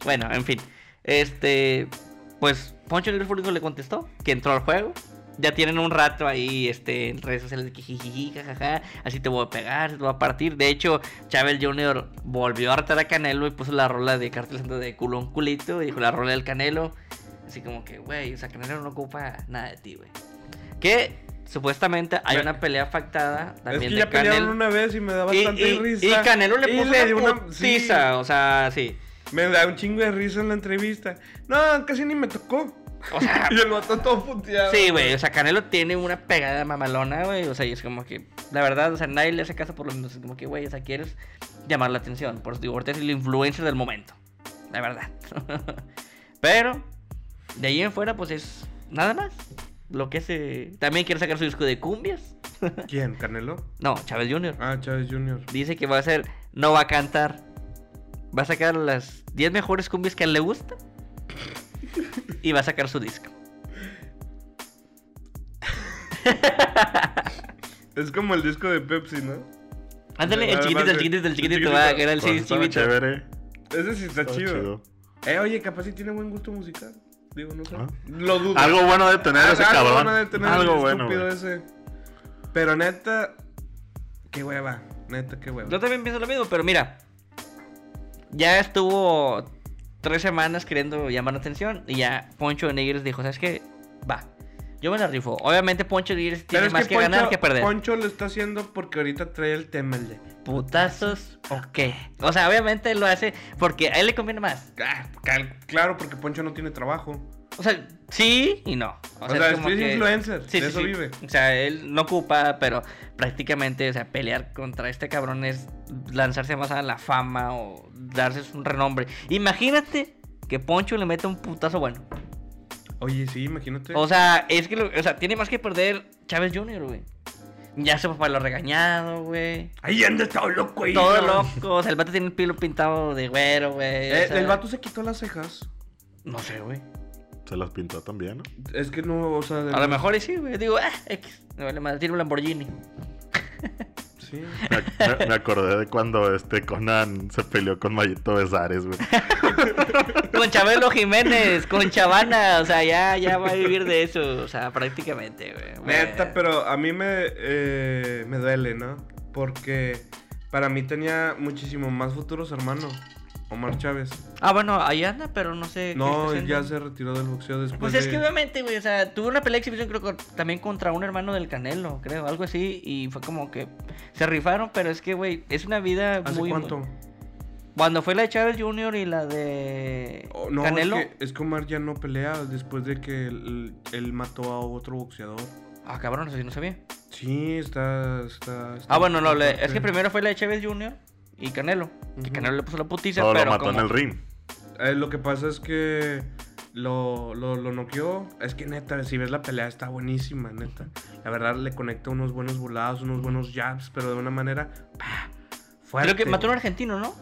S5: bueno, en fin. Este. Pues Poncho Negro Fúrico le contestó que entró al juego. Ya tienen un rato ahí este, en redes sociales de que jijiji, jajaja, así te voy a pegar, te voy a partir. De hecho, Chávez Jr. volvió a retar a Canelo y puso la rola de Cartel Santo de culón culito y dijo la rola del Canelo. Así como que, güey, o sea, Canelo no ocupa nada de ti, güey. Que supuestamente hay
S4: Me-
S5: una pelea factada
S4: es
S5: también
S4: que
S5: de
S4: ya
S5: Canelo.
S4: pelearon una vez y me da
S5: Y,
S4: bastante
S5: y-
S4: risa.
S5: y Canelo le
S4: Y
S5: puso
S4: dio
S5: una
S4: sí,
S5: putiza, o sea, sí.
S4: me da un chingo de risa en la entrevista. No, casi ni me tocó.
S5: O sea,
S4: Y el vato todo puteado.
S5: sí, güey, o sea, Canelo tiene una pegada mamalona, güey, o sea, y es como que, la verdad, o sea, nadie le hace caso por lo menos, es como que, güey, o sea, quieres llamar la atención, por eso digo, ahorita es el influencer del momento, la verdad. Pero, de ahí en fuera, pues es nada más, lo que se... También quiere sacar su disco de cumbias,
S4: ¿Quién? ¿Canelo?
S5: no, Chávez Jr.
S4: Ah, Chávez Jr.
S5: Dice que va a ser, no va a cantar. Va a sacar las 10 mejores cumbias que a él le gusta. Y va a sacar su disco.
S4: Es como el disco de Pepsi, ¿no?
S5: Ándale, el
S4: Además
S5: chiquitito, el
S4: de-
S5: chiquitito, el
S4: el
S5: chiquitito,
S4: chiquitito.
S5: va, que era el
S3: Pues,
S5: sí,
S3: estaba
S5: chiquito.
S3: chévere.
S4: Ese sí está,
S3: estaba
S4: chido.
S3: chido.
S4: Eh, oye, capaz si tiene buen gusto musical. Digo, no sé.
S3: Ah.
S4: Lo dudo.
S3: Algo bueno de tener
S4: Ah,
S3: ese
S4: algo
S3: cabrón.
S4: bueno de tener
S3: algo
S4: el
S3: bueno.
S4: estúpido
S3: güey.
S4: ese. Pero neta, qué hueva. Neta, qué hueva.
S5: Yo también pienso lo mismo, pero mira. Ya estuvo tres semanas queriendo llamar la atención. Y ya Poncho de Nigris dijo, ¿sabes qué? Va. Yo me la rifo. Obviamente Poncho Aguirre tiene
S4: es
S5: más que, ganar
S4: Poncho-
S5: que perder.
S4: Poncho lo está haciendo porque ahorita trae el tema el de.
S5: ¿Putazos o qué? O sea, obviamente lo hace porque a él le conviene más.
S4: Ah, cal- claro, porque Poncho no tiene trabajo.
S5: O sea, sí y no.
S4: O sea, es influencer, de eso vive.
S5: O sea, él no ocupa, pero prácticamente, o sea, pelear contra este cabrón es lanzarse más a la fama o darse un renombre. Imagínate que Poncho le mete un putazo bueno.
S4: Oye, sí, imagínate.
S5: O sea, es que, lo- o sea, tiene más que perder Chávez Jr., güey. Ya su papá lo ha regañado, güey.
S4: Ahí anda todo loco ahí.
S5: Todo
S4: ¿no?
S5: loco. O sea, el vato tiene el pelo pintado de güero, güey. o
S4: Eh,
S5: sea,
S4: el vato se quitó las cejas.
S5: No sé, güey.
S3: Se las pintó también, ¿no?
S4: Es que no, o sea.
S5: A lo mejor y sí, güey. Digo, ah, X. Me vale madre, tiene un Lamborghini.
S4: Sí.
S3: Me, ac- me- me acordé de cuando este Conan se peleó con Mayito Besares, güey.
S5: Con Chabelo Jiménez, con Chavana, o sea, ya, ya va a vivir de eso, o sea, prácticamente, güey.
S4: Neta,
S5: Bueno,
S4: pero a mí me, eh, me duele, ¿no? Porque para mí tenía muchísimo más futuro su hermano, Omar Chávez.
S5: Ah, bueno, ahí anda, pero no sé. qué está
S4: No, él
S5: haciendo.
S4: ya se retiró del boxeo después.
S5: Pues es
S4: de-
S5: que obviamente, güey, o sea, tuvo una pelea de exhibición, creo que también contra un hermano del Canelo, creo, algo así, y fue como que se rifaron, pero es que, güey, es una vida
S4: ¿Hace
S5: muy.
S4: cuánto?
S5: Cuando fue la de Chávez Jr. y la de
S4: Oh, no,
S5: Canelo.
S4: Es, que, es que Omar ya no pelea después de que él, él mató a otro boxeador.
S5: Ah, cabrón, eso sí no sabía.
S4: Sí, está. está, está
S5: Ah, bueno, no, le-
S4: fuerte.
S5: es que primero fue la de Chávez Jr. y Canelo. Que
S4: Ujú.
S5: Canelo le puso la putiza,
S3: Todo
S5: pero.
S3: lo mató
S5: como-
S3: en el ring.
S4: Eh, lo que pasa es que lo, lo, lo noqueó. Es que neta, si ves la pelea, está buenísima, neta. La verdad, le conecta unos buenos volados, unos buenos jabs, pero de una manera. ¡pah! fuerte.
S5: Creo que mató a un argentino, ¿no?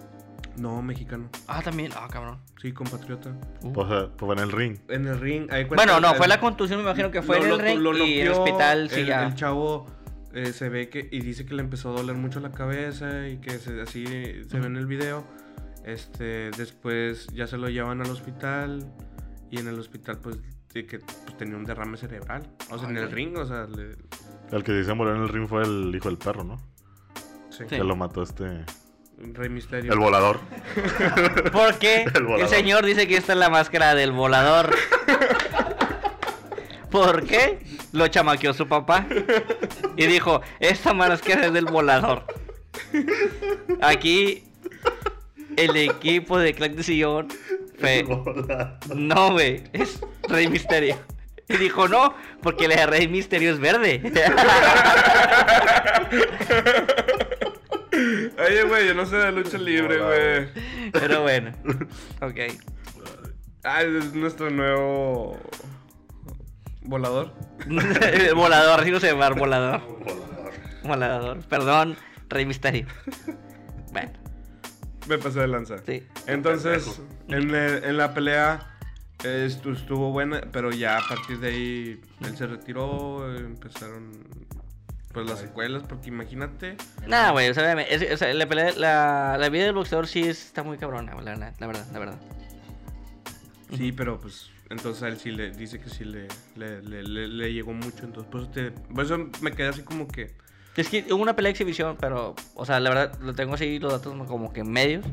S4: No, mexicano.
S5: Ah, también. Ah, cabrón.
S4: Sí, compatriota.
S5: Uh.
S3: O sea, pues fue en el ring.
S4: En el ring. ahí cuenta-
S5: Bueno, no,
S4: el-
S5: fue la contusión, me imagino que fue
S4: lo-
S5: en el
S4: lo-
S5: ring
S4: lo
S5: y el
S4: noqueó,
S5: hospital, sí,
S4: el-
S5: ya.
S4: El chavo eh, se ve que. Y dice que le empezó a doler mucho la cabeza y que se- así se ve en el video. Este, después ya se lo llevan al hospital. Y en el hospital, pues, de que pues, tenía un derrame cerebral. O sea, en
S5: Ay,
S4: el
S5: güey.
S4: ring, o sea, le-
S3: El que sí se murió en el ring fue el hijo del perro, ¿no?
S4: sí.
S5: Sí.
S3: Que lo mató este.
S4: Rey Misterio.
S3: El volador.
S5: Porque
S3: El
S5: el,
S3: volador.
S5: señor dice que esta es la máscara del volador. ¿Por qué? Lo chamaqueó su papá. Y dijo, esta máscara es del volador. Aquí, el equipo de Crack de Sillón fue, no, güey, es Rey Misterio. Y dijo, no, porque el Rey Misterio es verde.
S4: Oye, güey, yo no sé de lucha libre, güey.
S5: Pero bueno, ok.
S4: Ah, es nuestro nuevo. Volador.
S5: El volador, así no se llama, volador. Volador. Perdón, Rey Misterio. Bueno,
S4: Me pasé de lanza.
S5: sí.
S4: Entonces, en, el- en la pelea eh, estu- estuvo buena, pero ya a partir de ahí él se retiró, eh, empezaron pues las secuelas, porque imagínate,
S5: Nada, güey, o sea, obviamente, es- o sea, la, pelea- la- la vida del boxeador sí es- está muy cabrona, la verdad, la verdad, la verdad.
S4: sí, pero pues entonces a él sí le dice que sí le, le, le- le- le llegó mucho, entonces por eso, te- por eso me quedé así como que,
S5: Es que hubo una pelea de exhibición, pero, o sea, la verdad, lo tengo así los datos como que medios.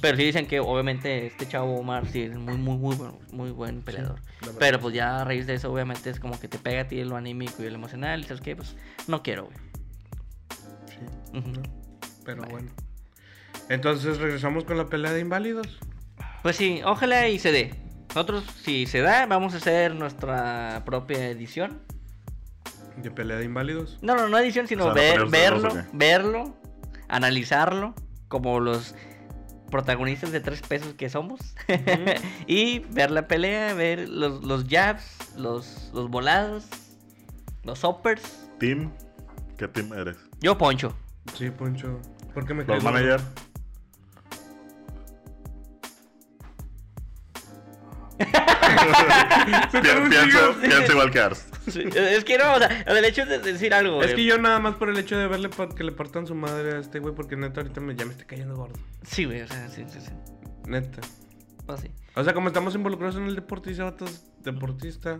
S5: Pero sí dicen que, obviamente, este chavo Omar sí es muy, muy, muy, bueno, muy buen peleador.
S4: la verdad.
S5: pero pues ya a raíz de eso, obviamente, es como que te pega a ti lo anímico y lo emocional. Y sabes que, pues, no quiero, güey.
S4: sí,
S5: Ujú.
S4: pero bueno. Entonces regresamos con la pelea de inválidos.
S5: Pues sí, ojalá y se dé. Nosotros, si se da, vamos a hacer nuestra propia edición.
S4: De pelea de inválidos.
S5: No, no, no edición, sino
S3: O sea,
S5: ver-
S3: ¿no ponerlos
S5: verlo,
S3: de rosa o qué?
S5: verlo, analizarlo, como los protagonistas de tres pesos que somos. y ver la pelea, ver los, los jabs, los, los volados, los uppers.
S3: Team. ¿Qué team eres?
S5: Yo, Poncho.
S4: Sí, Poncho. ¿Por qué me
S3: Los
S4: caes mal?
S3: manager. Pien- pienso, pienso igual que Ars.
S5: es que no, o sea, el hecho de decir algo.
S4: Es que
S5: güey.
S4: yo nada más por el hecho de verle pa- que le partan su madre a este güey, porque neta ahorita me, ya me está cayendo gordo.
S5: Sí, güey, o sea, sí, sí, sí.
S4: Neta.
S5: Pues sí.
S4: O sea, como estamos involucrados en el deporte y ese vato es deportista,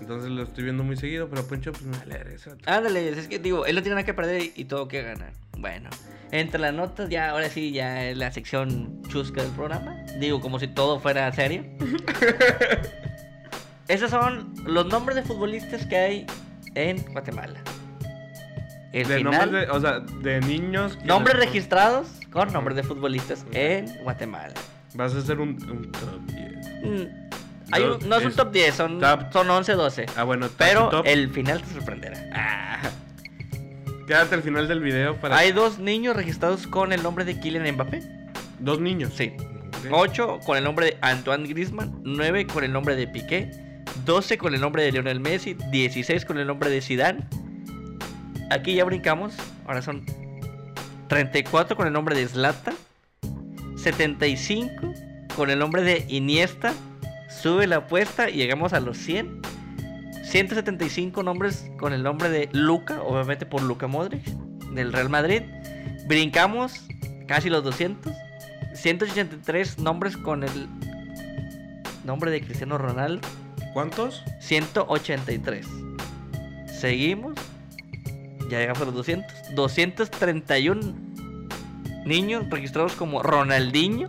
S4: entonces lo estoy viendo muy seguido, pero Poncho pues me vale verga ese vato.
S5: Ándale, es que digo, él no tiene nada que perder y todo que ganar. Bueno, entre las notas, ya ahora sí, ya es la sección chusca del programa. Digo, como si todo fuera serio. Esos son los nombres de futbolistas que hay en Guatemala. El
S4: De
S5: final,
S4: nombres de, o sea, de niños. que-
S5: nombres registrados con nombres de futbolistas en Guatemala.
S4: Vas a hacer un, un top 10.
S5: Mm, hay
S4: No,
S5: un- no es un
S4: es
S5: top 10, son,
S4: top-
S5: son 11, 12.
S4: Ah, bueno, top,
S5: Pero
S4: top.
S5: el final te sorprenderá.
S4: Quédate al final del video para.
S5: Hay dos niños registrados con el nombre de Kylian Mbappé.
S4: Dos niños.
S5: Sí.
S4: Ok.
S5: 8 con el nombre de Antoine Griezmann, 9 con el nombre de Piqué, 12 con el nombre de Lionel Messi, 16 con el nombre de Zidane. Aquí ya brincamos, ahora son 34 con el nombre de Zlatan, 75 con el nombre de Iniesta. Sube la apuesta y llegamos a los 100. 175 nombres con el nombre de Luca, obviamente por Luca Modric, del Real Madrid. Brincamos casi los 200. 183 nombres con el nombre de Cristiano Ronaldo.
S4: ¿Cuántos?
S5: 183. Seguimos. Ya llegamos a los 200. 231 niños registrados como Ronaldinho.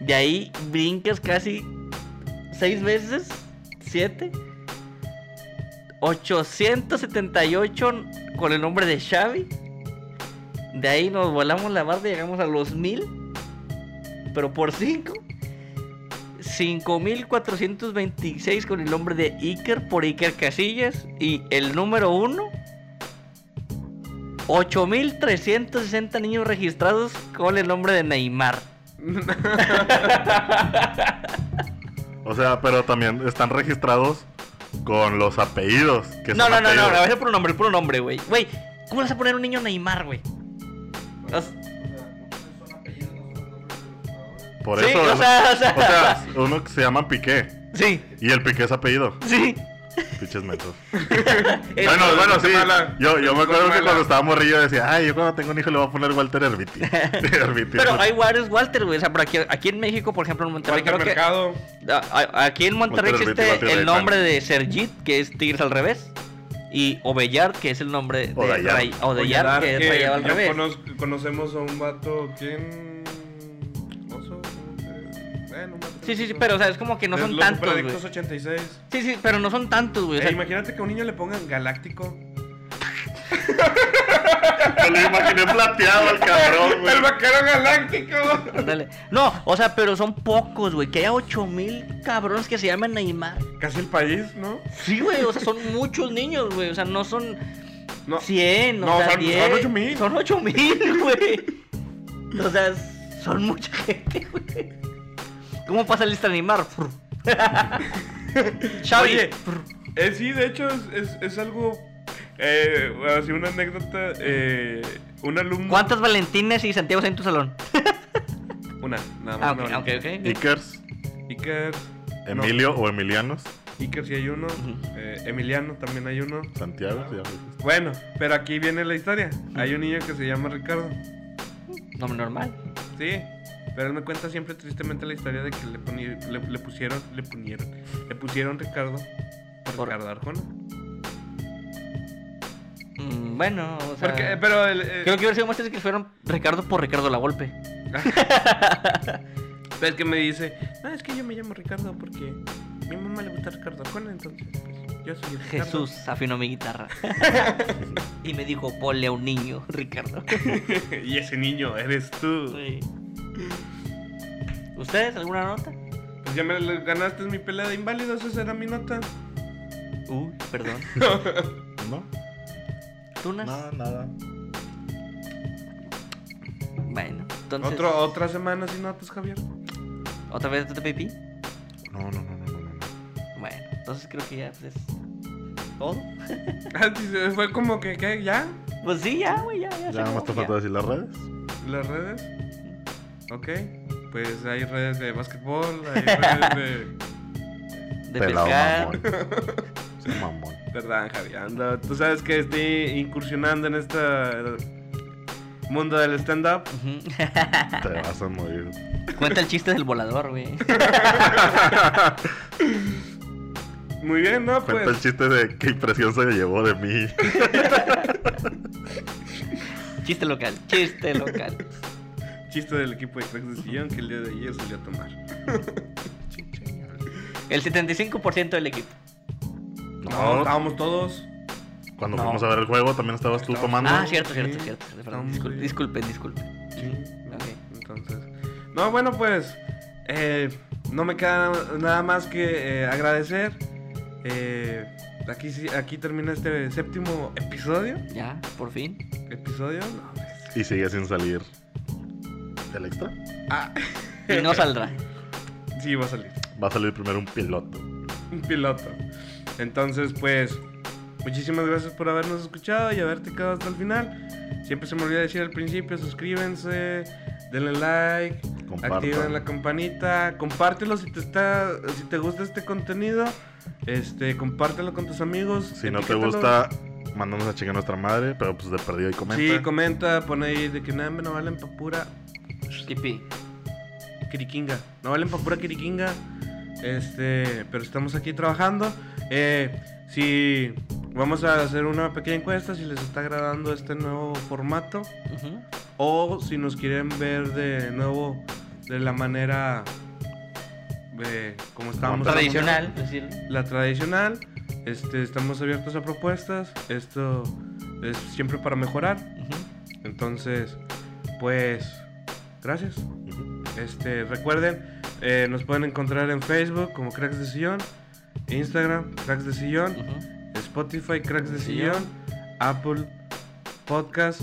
S5: De ahí brincas casi 6 veces. 7. 878 con el nombre de Xavi. De ahí nos volamos la barra y llegamos a los 1000. Pero por 5. 5426 con el nombre de Iker por Iker Casillas y el número 1 8360 niños registrados con el nombre de Neymar.
S3: O sea, pero también están registrados con los apellidos. Que
S5: No,
S3: son
S5: no, no, no,
S3: apellidos.
S5: no, es el puro nombre, el puro nombre, güey. Güey, ¿cómo le vas a poner un niño Neymar, güey? O s-
S3: Por
S5: Sí,
S3: eso.
S5: o
S3: ¿no?
S5: sea, o sea.
S3: O sea, uno que se llama Piqué.
S5: Sí,
S3: Y el Piqué es apellido.
S5: sí.
S3: Pinches mentos.
S5: Es-
S3: bueno,
S4: de
S3: bueno, sí.
S4: Guatemala.
S3: Yo, yo me acuerdo que
S4: Guatemala.
S3: cuando estaba morrillo decía, ay, yo cuando tengo un hijo le voy a poner Walter Herbiti. Herbiti.
S5: Pero hay varios Walter, güey. O sea, por aquí, aquí en México, por ejemplo, en Monterrey,
S4: Walter
S5: creo que-
S4: Mercado.
S5: A- Ah, a- Aquí en Monterrey
S3: Walter Herbiti,
S5: existe
S3: Walter
S5: el
S3: Beltrán.
S5: nombre de Sergit, que es Tigres al revés, y Obellard, que es el nombre de
S3: Odayar.
S5: Ray-
S4: Oye,
S5: Odayar,
S4: Dar,
S5: que es Rayado al
S4: yo
S5: revés.
S4: conoz- conocemos a un vato. ¿Quién? Oso. eh, Bueno, un vato
S5: Sí, sí, sí,
S4: oso.
S5: pero o sea, es como que no
S4: De
S5: son
S4: los
S5: tantos, güey.
S4: Superadictos 86.
S5: Sí, sí, pero no son tantos, güey. o
S4: Eh,
S5: sea,
S4: imagínate que a un niño le pongan galáctico.
S3: Me lo imaginé plateado al cabrón, güey.
S4: ¡El vaquero galáctico!
S5: ándale. No, o sea, pero son pocos, güey. Que haya 8000 cabrones que se llaman Neymar.
S4: Casi el país, ¿no?
S5: Sí, güey, o sea, son muchos niños, güey. O sea, no son
S4: No.
S5: 100, o
S4: No,
S5: sea,
S4: son- son
S5: 10.
S4: 8000.
S5: Son 8000, güey. O sea, son mucha gente, güey. ¿Cómo pasa el lista de Neymar? Xavi.
S4: Oye, eh, sí, de hecho es, es- es algo. Eh, así una anécdota. Eh, un alumno.
S5: ¿Cuántas Valentines y Santiago hay en tu salón?
S4: Una, nada más.
S5: Ah, ok,
S4: una
S5: ok,
S4: Valentina.
S5: ok.
S3: Ikers,
S4: Iker.
S3: Emilio o Emilianos,
S4: No, Iker sí hay uno.
S5: Ujú.
S4: eh, Emiliano también hay uno.
S3: Santiago, se llama. Ikers.
S4: Bueno, pero aquí viene la historia. Hay un niño que se llama Ricardo.
S5: Nombre normal.
S4: Sí, pero él me cuenta siempre tristemente la historia de que le, poni- le, le pusieron, le pusieron, le pusieron Ricardo por,
S5: Por- Ah.
S4: Ricardo Arjona.
S5: Mm, bueno, o sea.
S4: Porque, eh, pero el, eh,
S5: Creo que hubiera sido más triste que fueron Ricardo por Ricardo La Golpe.
S4: pero es que me dice, no, es que yo me llamo Ricardo porque a mi mamá le gusta Ricardo Arjona, entonces pues, yo soy el Ricardo".
S5: Jesús afinó mi guitarra. y me dijo, ponle a un niño, Ricardo.
S4: y ese niño eres tú.
S5: Sí. ¿Ustedes alguna nota?
S4: Pues ya me le- ganaste mi pelea de inválidos, esa era mi nota.
S5: Uy, perdón.
S3: ¿No?
S5: ¿Tunas?
S3: Nada, nada.
S5: Bueno, entonces.
S4: Otro, otra semana sin notas, Javier.
S5: ¿Otra vez de pipí?
S3: No, no, no, no, no, no.
S5: Bueno, entonces creo que ya pues, es todo.
S4: Antes, eh, Fue como que, ¿qué? ¿Ya?
S5: Pues sí, ya, güey, ya, ya. se
S3: Ya nada más te
S5: acabó,
S3: falta decir las redes.
S4: ¿Las redes? Ok. Pues hay redes de básquetbol, hay redes de...
S5: De
S3: Pelado
S5: pescar.
S3: mamón. Sí, mamón.
S4: Perdón, Javier. ando- Tú sabes que estoy incursionando en este mundo del stand-up.
S3: Te vas a morir.
S5: Ujú. Cuenta el chiste del volador, güey.
S4: Muy bien, ¿no?
S3: Cuenta el
S4: Pues
S3: chiste de qué impresión se llevó de mí.
S5: Chiste local, chiste local.
S4: chiste del equipo de Cracks de Sillón que el día de ayer salió a tomar.
S5: El 75% del equipo.
S4: No, estábamos todos.
S3: Cuando
S5: No.
S3: fuimos a ver el juego también estabas tú
S4: Estábamos-
S3: tomando.
S5: Ah, cierto,
S4: sí,
S5: cierto, cierto.
S4: está
S5: Perdón,
S4: muy
S5: discul-
S4: bien.
S5: disculpen, disculpen.
S4: Sí. ¿no?
S5: Ok.
S4: Entonces. No, bueno, pues. eh, no me queda nada más que eh, agradecer. Eh, aquí, sí- aquí termina este séptimo episodio.
S5: Ya, por fin.
S4: ¿Episodio? No.
S3: Y sigue sin salir. ¿El extra?
S4: Ah,
S5: Y no saldrá.
S4: sí, va a salir.
S3: Va a salir primero un piloto.
S4: Un piloto. Entonces, pues. Muchísimas gracias por habernos escuchado y haberte quedado hasta el final. Siempre se me olvida decir al principio, suscríbanse, denle like, Activen la
S3: Compartan.
S4: campanita, compártelo si te está, si te gusta este contenido, este, compártelo con tus amigos.
S3: Si no te
S4: etiquétalo.
S3: gusta, mandamos a checar a nuestra madre, pero pues de perdido y comenta.
S4: sí, comenta, pon ahí de que nada, hombre, no valen pa' pura
S5: Tipi.
S4: quiriquinga, no valen pa' pura quiriquinga, este, pero estamos aquí trabajando. Eh, si vamos a hacer una pequeña encuesta, si les está agradando este nuevo formato
S5: Ujú.
S4: o si nos quieren ver de nuevo de la manera eh, como estábamos
S5: Tradicional, es decir,
S4: la tradicional. Este, estamos abiertos a propuestas. Esto es siempre para mejorar.
S5: ujú.
S4: Entonces, pues, gracias. Este, recuerden, eh, nos pueden encontrar en Facebook como Cracks de Sillón, Instagram Cracks de Sillón,
S5: Ujú.
S4: Spotify Cracks de
S5: Sillón.
S4: Sillón, Apple Podcast,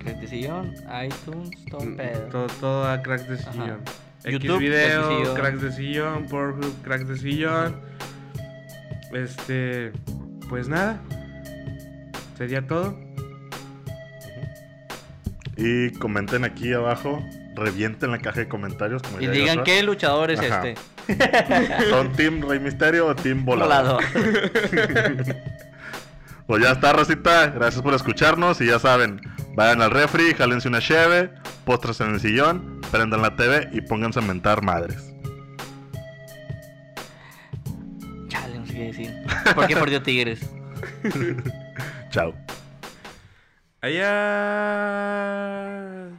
S5: Crack de sillón, iTunes, todo el pedo.
S4: Mm, todo, todo a Cracks de
S5: Ajá.
S4: Sillón.
S5: YouTube,
S4: X video,
S5: Cracks
S4: Cracks de
S5: de Sillón.
S4: Sillón, Pornhub, Cracks de Sillón. Este, pues nada. Sería todo.
S3: Y comenten aquí abajo, revienten la caja de comentarios. Como
S5: Y
S3: ya
S5: digan
S3: Joshua.
S5: qué luchador es
S3: Ajá.
S5: este.
S3: ¿Son Team Rey Misterio o Team Volado?
S5: Volador.
S3: Pues ya está, Racita. Gracias por escucharnos. Y ya saben, vayan al refri, jálense una cheve, postres en el sillón, prendan la TV y pónganse a mentar madres.
S5: Chale, no sé qué decir. ¿Por qué perdió Tigres?
S3: Chao.
S4: Allá.